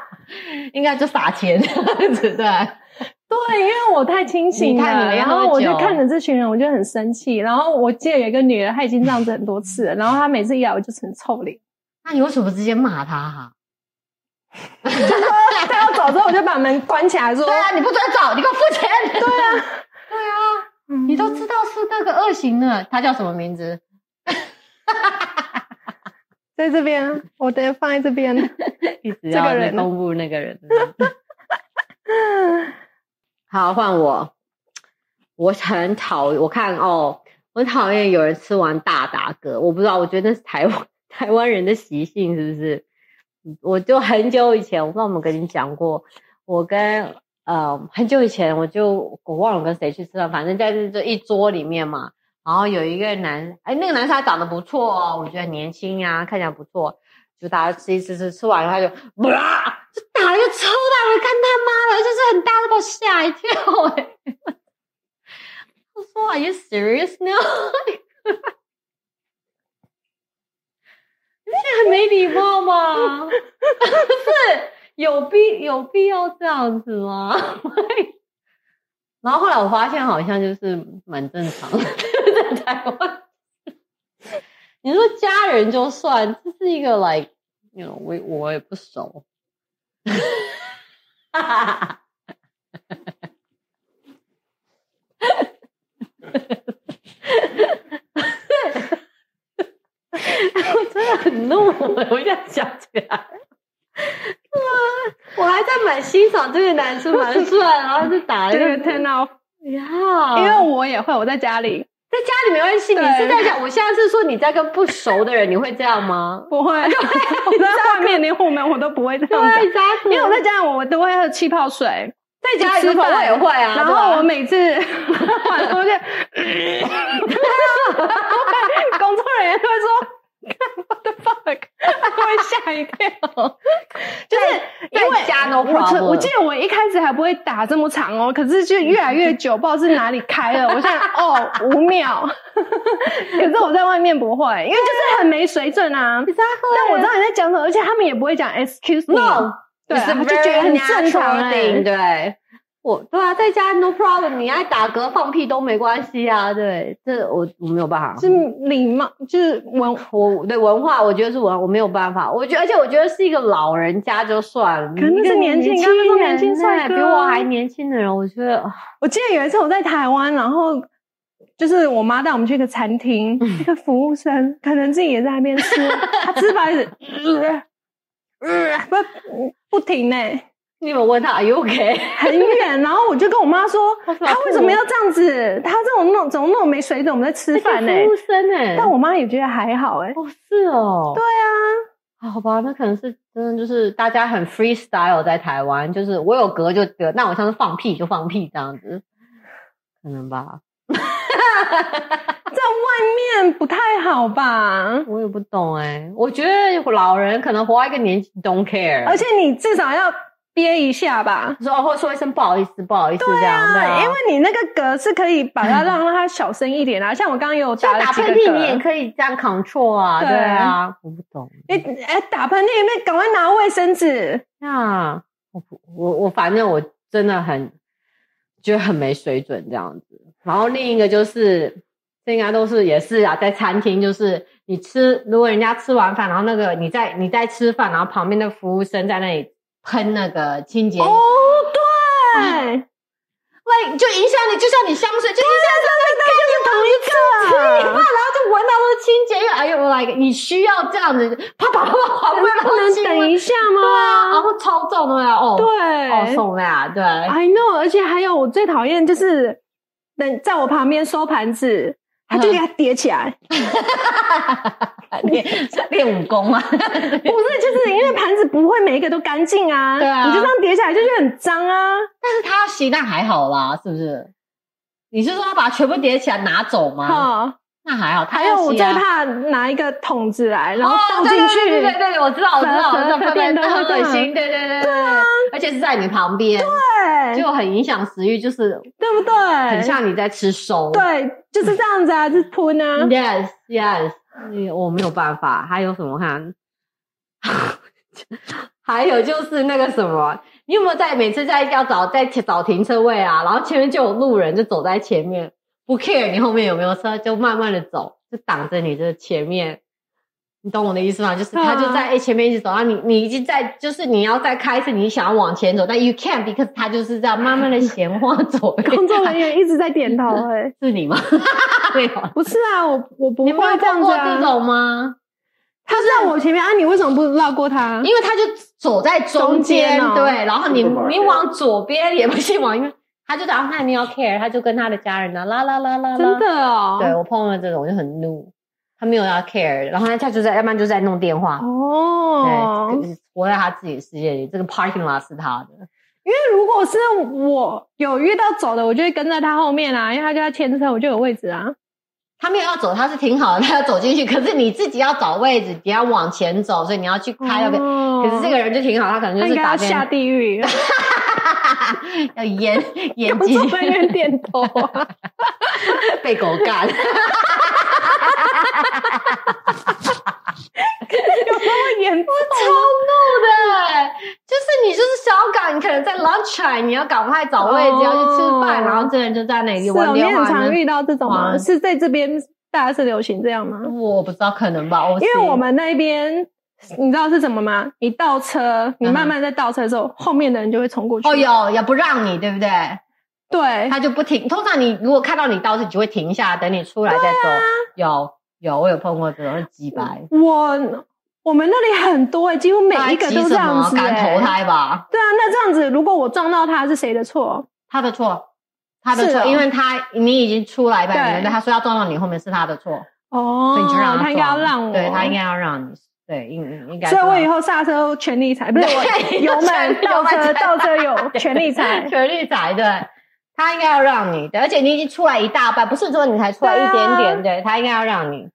应该就撒钱这样子，对，
对，因为我太清醒
你看你
了，
没
然
喝
后我就
酒
看着这群人，我就很生气。然后我记得有一个女的，她已经这样子很多次了，然后她每次一来我就成臭脸。
那你为什么直接骂他哈、
她要走之后，我就把门关起来，说
对：“啊，你不准走，你给我付钱。”对啊，对啊，你
你
都知道是那个恶行了，他叫什么名字？
在这边，我等下放在这边。
一直
要那
公布那个人。好，换我。我很讨，我看哦，我很讨厌有人吃完大打嗝。我不知道，我觉得那是台湾 台湾人的习性，是不是？我就很久以前，我不知道我们跟你讲过，我跟呃很久以前，我就我忘了跟谁去吃饭，反正在这这一桌里面嘛，然后有一个男，哎，那个男生他长得不错哦，我觉得年轻呀、看起来不错，就大家吃一吃吃，吃完了他就哇，就打了一个超大的，看他妈的，就是很大的，把我吓一跳哎、我说 Are you serious now？你这很没礼貌 吧？是有必有必要这样子吗？然后后来我发现好像就是蛮正常的， 在台湾。你说家人就算，这是一个 like，you know，我我也不熟。我真的很怒，我一下想起来。我还在蛮欣赏这个男生蛮帅，然后就打了
这
一
个
个
turn off，
呀，
因为我也会，我在家里
在家里没关系，你
对
是在讲，我现在是说你在跟不熟的人，你会这样 吗？
不会， 我在外面连户门我都不会这
啊对啊
样子，啊
，exactly，
因为我在家里我都会喝气泡水，
在家里的
吃饭
我也会啊，
然
对吧
后我每次 晚上就， 对啊工作人员就会说。What the fuck？他会吓一跳，就是因为
在家 no
我记
problem，
我记得我一开始还不会打这么长哦，可是就越来越久，不知道是哪里开了。我现在哦五秒， 可是我在外面不会，因为就是很没水准啊。但我知道你在讲什么，而且他们也不会讲 excuse me，
no，
对，
it's a
他就觉得很
very
正常
natural
哎、
thing，对。我对啊，在家 no problem，你爱打嗝放屁都没关系啊。对，这我我没有办法，
是礼貌，就是文。
我对文化，我觉得是文，我没有办法。我觉得，而且我觉得是一个老人家就算了，
可是那
一
是
个
年轻
轻
刚刚说
人
年轻帅
哎
哥
比我
啊
还年轻的人，我觉得啊
我记得有一次我在台湾，然后就是我妈带我们去一个餐厅，
嗯
那个服务生可能自己也在那 边吃，他吃白子，呃不不停呢、
你有没有问他 Are you OK？
很远，然后我就跟我妈说，
好可怕
他为什么要这样子？他这种弄怎么那么没水准？我们在吃饭呢、
服务生哎，
欸但我妈也觉得还好哎、
哦是哦，
对啊，
好吧，那可能是真的，就是大家很 freestyle 在台湾，就是我有格就得，那我像是放屁就放屁这样子，可能吧，
在外面不太好吧？
我也不懂哎、我觉得老人可能活到一个年纪 don't care，
而且你至少要憋一下吧。
说哦或说一声不好意思，不好意思这样，对啊
因为你那个嗝是可以把它让它小声一点啊， 像我刚刚有
就
打了
打
几
喷
个
嚏你也
嗝，
可以这样 control 啊，
对
对啊，我不懂
你哎打喷嚏，那赶快拿卫生纸，
那我不我我反正我真的很觉得很没水准这样子。然后另一个就是，这应该都是也是啊，在餐厅就是你吃，如果人家吃完饭，然后那个你在你在吃饭，然后旁边的服务生在那里喷那个清洁，
哦
嗯
对，
喂，就影响你，就像你香水，就影响
对
你
对对对就是同一个啊
吃一半，然 后就闻到都是清洁液，哎呦，我来，你需要这样子，啪啪啪啪，旁边
不能等一下
啊，然
吗？
后超重的呀，哦，
对，
哦，送啦，对，
I know，而且还有我最讨厌就是等在我旁边收盘子，他就给他叠起 来，
练练武功嘛，啊
不是就是因为盘子不会每一个都干净啊，
对啊
你就这样叠起来就是很脏啊，
但是他吸那还好啦，是不是？你是说他把全部叠起来拿走吗？
哈、
那还好，他
还
要
有我
吸
最
啊
怕拿一个桶子来，然后
哦
倒进
对
去，
对对对对，我知道我知道，
反而
这
反而
分
变得
很
会
恶
这样
心，对对对对，而且是在你旁边，
对
就很影响食欲，就是
对不对？
很像你在吃熟，
对，就是这样子啊，就是喷啊，
Yes, yes，嗯我没有办 法。还有什么看？ 还有就是那个什么，你有没有在每次在要找在找停车位啊，然后前面就有路人就走在前面，不 care 你后面有没有车，就慢慢的走，就挡着你的前面。你懂我的意思吗？就是
啊
他就在诶前面一直走，然后你你已经在，就是你要再开始，你想要往前走，但 you can't because 他就是这样慢慢的闲话走。
工作 人员一直在点头、哎，
是你吗？ 没有，
不是啊，我我不
你没
会
有
这样
碰过
子
这
啊，
种吗？
他在我前面啊，你为什么不绕过他？
因为他就走在中
中
间，
间哦
对，然后你
Supermarket
你往左边也不行，往右边，他就打算你要 care，他就跟他的家人啊，啦啦啦啦啦，
真，的哦，
对我碰到这种我就很怒，他没有要 care，然后他就在，要不然就在弄电话，
哦，
对，就是活在他自己的世界里，这个 parking lot 是他的，
因为如果是我有遇到走的，我就会跟在他后面啊，因为他就要牵车，我就有位置啊。
他没有要走，他是挺好的，他要走进去，可是你自己要找位置，你要往前走，所以你要去开那个，
哦
可是这个人就挺好，他可能
他
就是
应该
打
要
电
下地狱，
要演演
工
技
作人员点头啊，
被狗干。
有那么严重？
超怒的，就是你就是小港，你可能在 lunch time，你要赶快找位置、
哦
要去吃饭，然后这人就在那里
是哦，
玩
你
电
很
话
常
呢。
遇到这种吗？
玩
是在这边大家是流行这样吗？
我不知道，可能吧，因
因为我们那边。你知道是什么吗？你倒车，你慢慢在倒车的时候，后面的人就会冲过去。
嗯哦，有也不让你，对不对？
哎对，
他就不停。通常你如果看到你到时，你就会停下来，等你出来再走。
啊
有有，我有碰过这种很鸡白，
我我们那里很多、欸，几乎嗯每一个
他急
都这
什
样
么
子、
赶
欸。
投胎吧，
对啊，那这样子，如果我撞到他是谁的错？
他的错。他的
是
错，
哦
因为他你已经出来吧，
对
你觉得他说要撞到你后面是他的错，
哦
所以你就让他
他应该要
撞
让我，
对他应该要让你，对，应应该是
所
啊。
以 我以后刹车全力踩，不是我
对
油门
全
倒
油门踩，
车倒车油全力踩
全力踩， 对。他应该要让你的，而且你已经出来一大半，不是说你才出来一点点，
啊
对,、他应该要让你。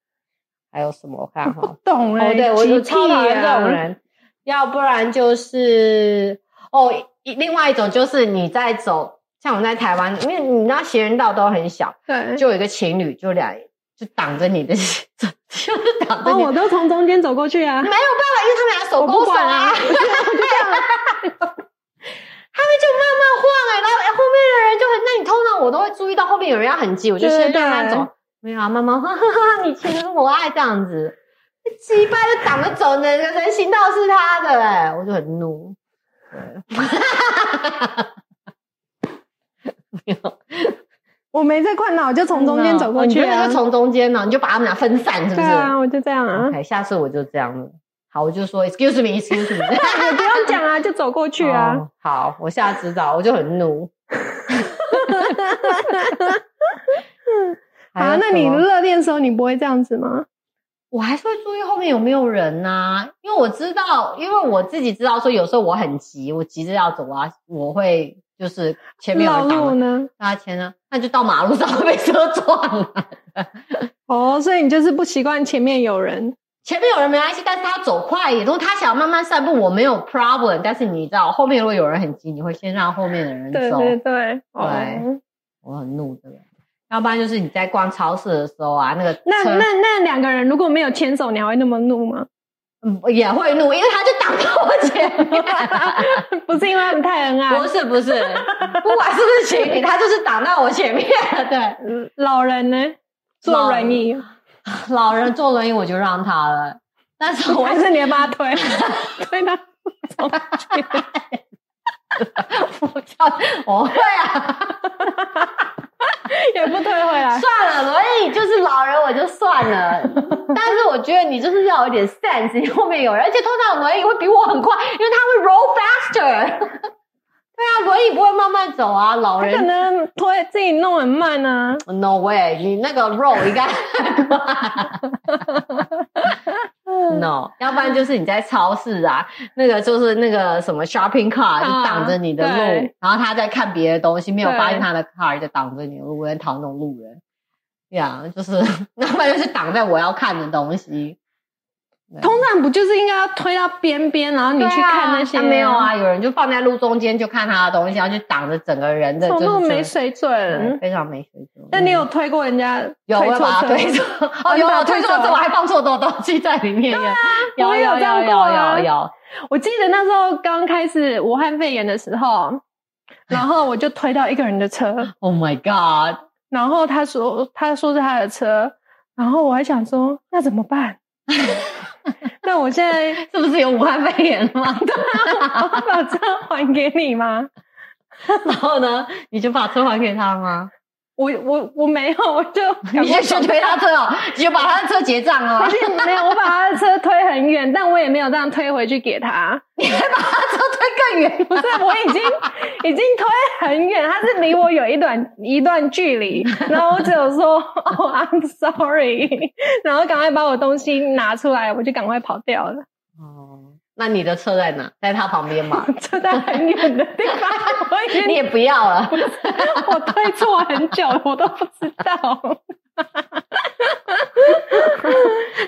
还有什么？我看 哈，
懂哎、
哦，对，我就
就
超讨厌这种，人，要不然就是哦，一另外一种就是你在走，像我在台湾，因为你知道行人道都很小，
对，
就有一个情侣就俩就挡着你的， 就是挡着
哦，
你，
我都从中间走过去啊
没有办，法，因为他们俩手
我不
勾手
管啊，
啊
我。就这样啊，
他们就慢慢晃哎、然后哎后面的人就很，那你通常我都会注意到后面有人要很急，我就先
对对
让他走。没有啊，妈妈，哈哈哈，你其实我爱这样子，鸡巴就挡着走呢，人人行道是他的哎、我就很怒。对，没有，
我没这困扰，我就从中间走过去
哦你不
啊
要，就从中间呢、你就把他们俩分散，是不
对
是、
啊，我就这样啊，
？OK，下次我就这样了。好，我就说 excuse me，excuse me。
也不用讲啊，就走过去啊，
哦好，我下次知道，我就很怒。 还有
啊，那你
什么
热恋的时候你不会这样子吗？
我还是会注意后面有没有人呐、因为我知道，因为我自己知道说，有时候我很急，我急着要走啊，我会就是前面有
绕
人挡
路
了，
呢？
那前呢，那就到马路上 会被车撞了。
哦，所以你就是不习惯前面有人，
前面有人没关系，但是他走快一点，如果他想要慢慢散步，我没有 problem。但是你知道，后面如果有人很急，你会先让后面的人走。
对对对，哦
对，我很怒的人。要不然就是你在逛超市的时候啊，那个
那
车
那那两个人如果没有牵手，你还会那么怒 吗？
嗯也会怒，因为他就挡在我前面。
不是因为他们太恩
不
爱，
是不是， 不管是不是情侣，他就是挡在我前面。 对，
老人呢坐
老
轮椅，
老人坐轮椅我就让他了，但是我
还是你要把他 推推他走过去？
我叫我会啊，
也不推回 来。
算了，轮椅就是老人我就算了。但是我觉得你就是要有点 sense，你后面有人，而且通常轮椅会比我很快，因为他会 roll faster。对 啊，轮椅不会慢慢走啊，老
他
人
可能推自己弄很慢啊，
No way！你那个肉应 该 No，要不然就是你在超市啊，那个就是那个什么 shopping car 就挡着你的路，
啊对
然后他在看别的东西，没有
对
发现他的 car 就挡着你的路，我很讨厌那种路人。呀、yeah,，就是 要不然就是挡在我要看的东西。
通常不就是应该要推到边边，然后你
对啊
去看那些、
啊
嗯
没有？啊？有人就放在路中间就看他的东西，然后就挡着整个人的，
走
就是
路没
这
水
对
准。
非常没水准。
那你有推过人家
有，我
推
有
错
把它
车？
推错， 哦，有
你把它
有推啊
推
错
走
车，我还放错东东西在里面耶。有
我也有
有
这样
有
过啊
有有有，
我记得那时候刚开始武汉肺炎的时候，然后我就推到一个人的 车，
Oh my god！
然后他说他说是他的车，然后我还想说那怎么 办？那我现在
是不是有武汉肺炎 了吗？
我把车还给你吗？
然后呢，你就把车还给他吗？
我我我没有，我就赶
你
快
就去推他车哦，你就把他的车结账哦，
可是没有，我把他的车推很远，但我也没有这样推回去给他。
把他车推更远。
不是，我已经已经推很远，他是离我有一段一段距离，然后我只有说哦、I'm sorry，然 后赶快把我东西拿出来，我就赶快跑掉了，
哦，那你的车在哪？在他旁边 嘛。
就在很远的地方，我已
你
经
也不要了，
我推错很久，我都不知 道。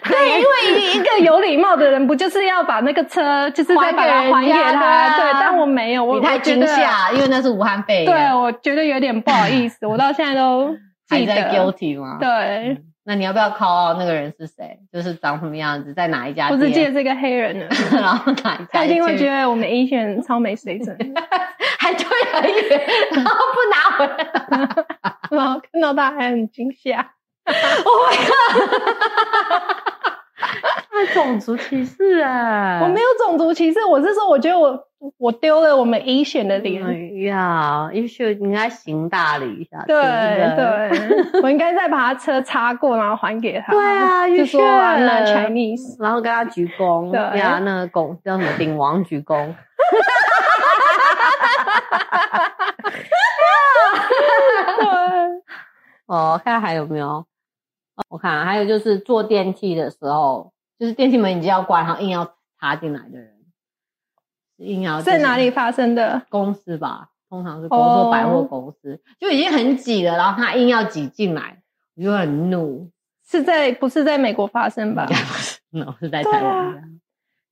对，因为一一个有礼貌的人，不就是要把那个车，就是再把它还
还给
给
人家
他？
对
对
啊，
但我没有，我
你太惊。吓，因为那是武汉肺
我觉得对，
炎，
我觉得有点不好意思，我到现在 都
还
记
在
得。
guilty 吗？
对，
嗯。那你要不要 call out 那个人是谁？就是长什么样子，在哪一家
我
店？
只记得这个黑 人了，
然后哪一家？
他一定会觉得我们 A 选超没水 准，
还推很远，然后不拿回来。
然后看到他还很惊吓。
种族歧视啊
我没有种族歧视，我是说，我觉得我我丢了我们 A 选的脸。
哎呀，也许应该行大礼一下。
对
真的。
对，我应该再把他车擦过，然后还给他。
对啊
就
玉
说啊
炫
那 Chinese，
然后跟他鞠躬，
对
呀，那个拱叫什么顶王鞠躬，
对，
哦，看还有没有？哦我看还有就是坐电梯的时候，就是电梯门已经要关，然后硬要插进来的人，硬要
在哪里？发生的？
公司吧，通常是公司、
哦
百货公司，就已经很挤了，然后他硬要挤进来，我就很怒。
是在不是在美国发生吧
应？该不是，那是在
对
台
啊
湾这样。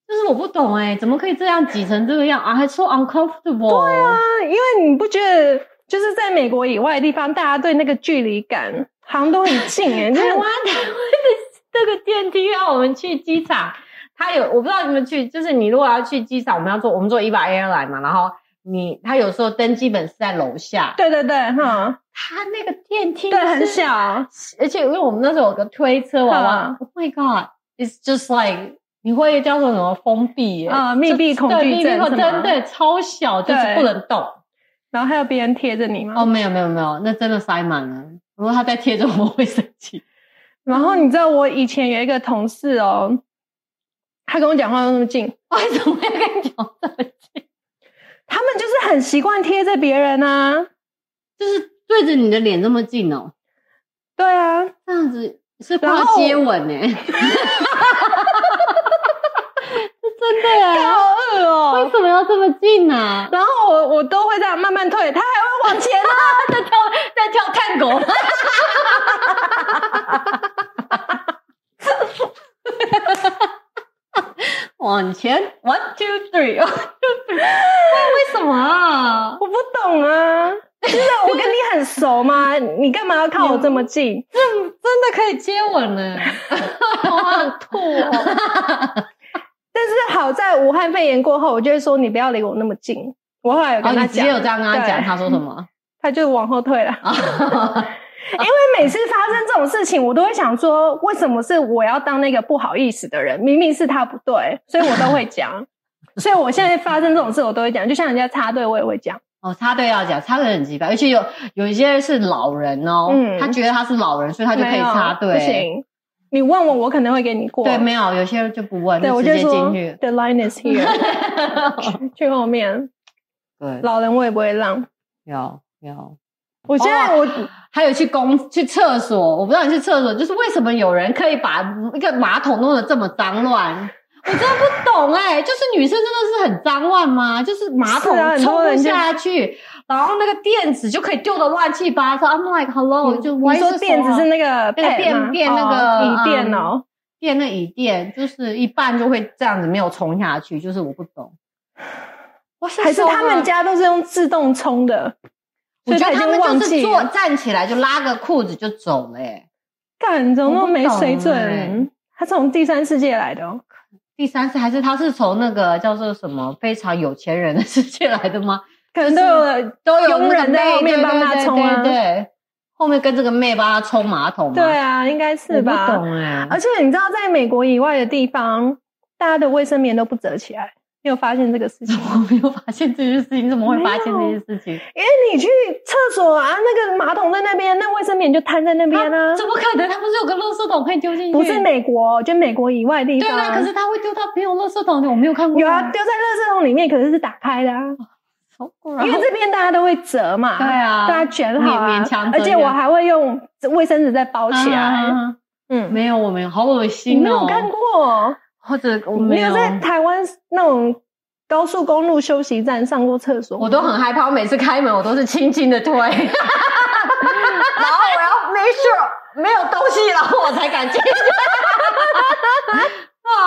就是我不懂哎、怎么可以这样挤成这个样啊？还 so uncomfortable。对啊，
啊，因为你不觉得就是在美国以外的地方，大家对那个距离感好像都很近 哎、就是
台湾台湾的这个电梯要我们去机场，它有我不知道你们去，就是你如果要去机场，我们要坐我们坐 EVA airline 嘛，然后你它有时候登机本是在楼下，
对对对，哈，
它那个电梯
对，
是
很，小，
而且因为我们那时候有个推车娃娃
嗯
，Oh my God，it's just like 你会叫做什么封闭耶
啊密闭恐
对
惧
密闭
症
恐
是吗
真的超小，就是
对
不能动。
然后还有别人贴着你嘛。
哦，没有没有没有，那真的塞满了。如果他再贴着我，我会生气。
然后你知道我以前有一个同事哦，他跟我讲话都那么近，
为什么要跟你讲这么近？
他们就是很习惯贴着别人啊。
就是对着你的脸这么近哦，
对啊，
这样子是
然
靠
后
接吻呢、 欸？是真的啊？
好恶
为
哦。
什么要这么近呢、啊？
然后我我都会这样慢慢退，他还会往前啊。
在跳在跳探狗。 往前，one two three，one two three，为什么啊？
我不懂啊，就是我跟你很熟吗？你干嘛要靠我这么近？
真的可以接吻呢，
我很吐哦。 但是好在武汉肺炎过后，我就会说你不要离我那么近。我后来有
然
跟
后
他
哦你直接
讲，
有这样跟他讲，
对
他说什么？ 哦
他就往后退了。因为每次发生这种事情，我都会想说，为什么是我要当那个不好意思的人？明明是他不对，所以我都会 讲。所以我现在发生这种事，我都会讲。就像人家插队，我也会讲。
哦，插队要讲，插队很鸡巴，而且有有一些是老人哦，
嗯
他觉得他是老人，所以他就可以插
没有不
队。
行。你问我，我可能会给你过。
对，没有，有些人就不问，
对，我
直接
说
进去。
The line is here，去 去后面。
对，
老人我也不会让。
有有，
我现在
哦
我、
还有去公去厕所，我不知道你去厕所，就是为什么有人可以把一个马桶弄得这么脏乱？我真的不懂哎、就是女生真的是很脏乱吗？就是马桶
是啊很
冲
多
不
人就
下去，然后那个垫子就可以丢的乱七八糟。I'm like hello，、就哦
你
why is
说
it so
垫子是
hard？
那个
那个
pad
垫
吗
垫那
哦
个
椅垫
嗯
哦。
垫那椅垫，就是一半就会这样子没有冲下去，就是我不懂。我
还是他们家都是用自动冲的，
我
所以
觉
他
得他
已经
们
忘
就是
记
坐
了。
站起来就拉个裤子就走了、欸。
干，怎么那么没水准？
我不懂欸
他从第三世界来的、哦，
第三次还是他是从那个叫做什么非常有钱人的世界来的吗？
可 能都有了。
都有
佣
那个
人在
妹
后面
对
帮他
对对
冲啊
对对后面跟这个妹帮他冲马桶吗？
对啊，应该是
我不
吧。
懂哎、
而且你知道，在美国以外的地方，大家的卫生棉都不折起来。你有发现这个事情吗？
我没有发现这件事情，怎么会发现这件事情？
因为你去厕所啊，那个马桶在那边，那卫生棉就摊在那边啊。
怎么可能？他不是有个垃圾桶可以丢进去？
不是美国，就美国以外的地
对
方。
啊，可是他会丢到没有垃圾桶的，我没有看过。
有啊，丢在垃圾桶里面，可是是打开的啊。
因
因为这边大家都会折嘛，
哦对啊
大家卷好、啊，
勉勉强折
而且我还会用卫生纸再包起来。
啊
嗯，
没有，我没有，好恶
你
心
没
哦。
有看过？
或者我
你
没
有在台湾那种高速公路休息站上过厕所吗？
我都很害怕，我每次开门我都是轻轻的推， 然后我要 make sure 没有东西，然后我才敢进去。 啊，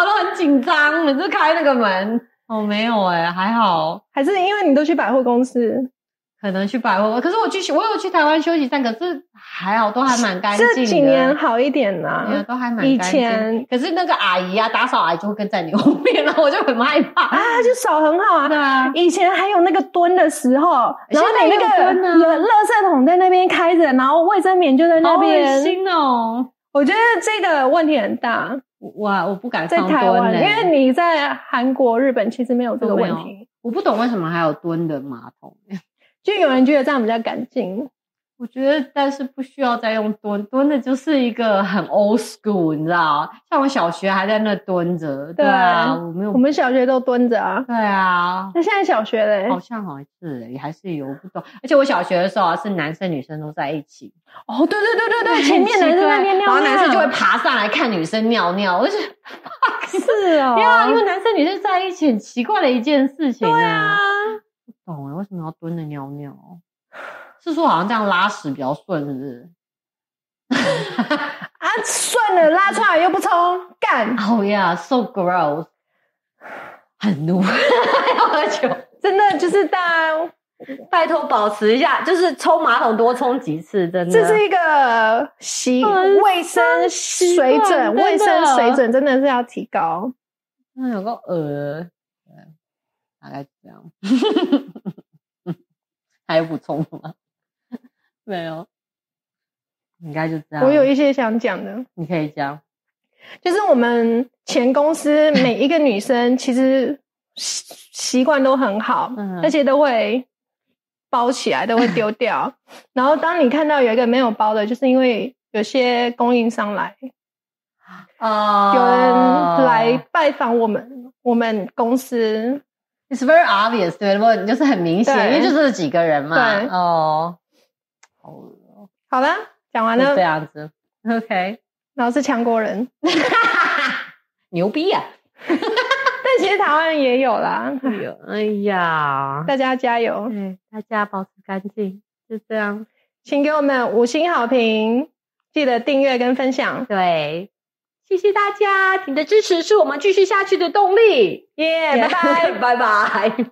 我都很紧张，每次开那个门。哦，没有哎、还好，
还是因为你都去百货公司，
可能去百货。可是我去，我有去台湾休息站，可是还好，都还蛮干净的。
这几年好一点啦、
对啊，都还蛮
以
干净
前
可是那个阿姨啊，打扫阿姨就会跟在你后面，然后我就很害怕。
啊，就手很 好
对
啊。
啊，
以前还有那个蹲的时候，然后
现在
你
也有
那个
蹲啊
垃垃圾桶在那边开着，然后卫生棉就在那
好
边
恶。心哦！
我觉得这个问题很大。
我我不敢欸
在
放
台
蹲
湾，
呢、
因为你在韩国、日本其实没有这个问
都没
题，
我不懂为什么还有蹲的马桶，
就有人觉得这样比较干净。
我觉得，但是不需要再用蹲，蹲的就是一个很 old school，你知道像我小学还在那蹲着，对啊，我没有
我，们小学都蹲着啊，
对啊，
那现在小学嘞？
好像好像是欸也还是有我不懂，而且我小学的时候啊，是男生女生都在一起，
哦，对对对对 对，前
很
面
奇
男生在
怪
那边尿
然
尿，
后男生就会爬上来看女生尿尿，我就觉得 fuck，
是 哦，
对啊，因为男生女生在一起很奇怪的一件事情
对啊，
不懂哎，为什么要蹲着尿尿？是说好像这样拉屎比较顺，是不是？
啊算了，拉出来又不冲，干，
Oh yeah, so gross，很怒， 要喝酒。
真的就是大家，
拜托保持一下，就是冲马桶多冲几次，真的。
这是一个习
很
卫生
惯
水准，
真的
卫生水准真的是要提高。
嗯有个呃，对大概是这样。 还有补充的吗？ 没有，应该就这样。
我有一些想讲的，
你可以讲。
就是我们前公司每一个女生其实习习惯都很好，
嗯
而且都会包起来，都会丢 掉。然后当你看到有一个没有包的，就是因为有些供应商来，
啊
有呃
哦
人来拜访我们我们公司，
，It's very obvious，对不？你就是很明显，
对
因为就这几个人嘛。
对
哦，好恶哦
好啦，讲完
就
了
这，样子。OK，
然后是强国人，
牛逼啊呀、
但其实台湾也有啦，
哎呦，哎呀，
大家加油，
对，大家保持干净，就这样。
请给我们五星好评，记得订阅跟分享，
对，谢谢大家，你的支持是我们继续下去的动力。
耶、
哎拜
拜
拜，
拜。
拜拜。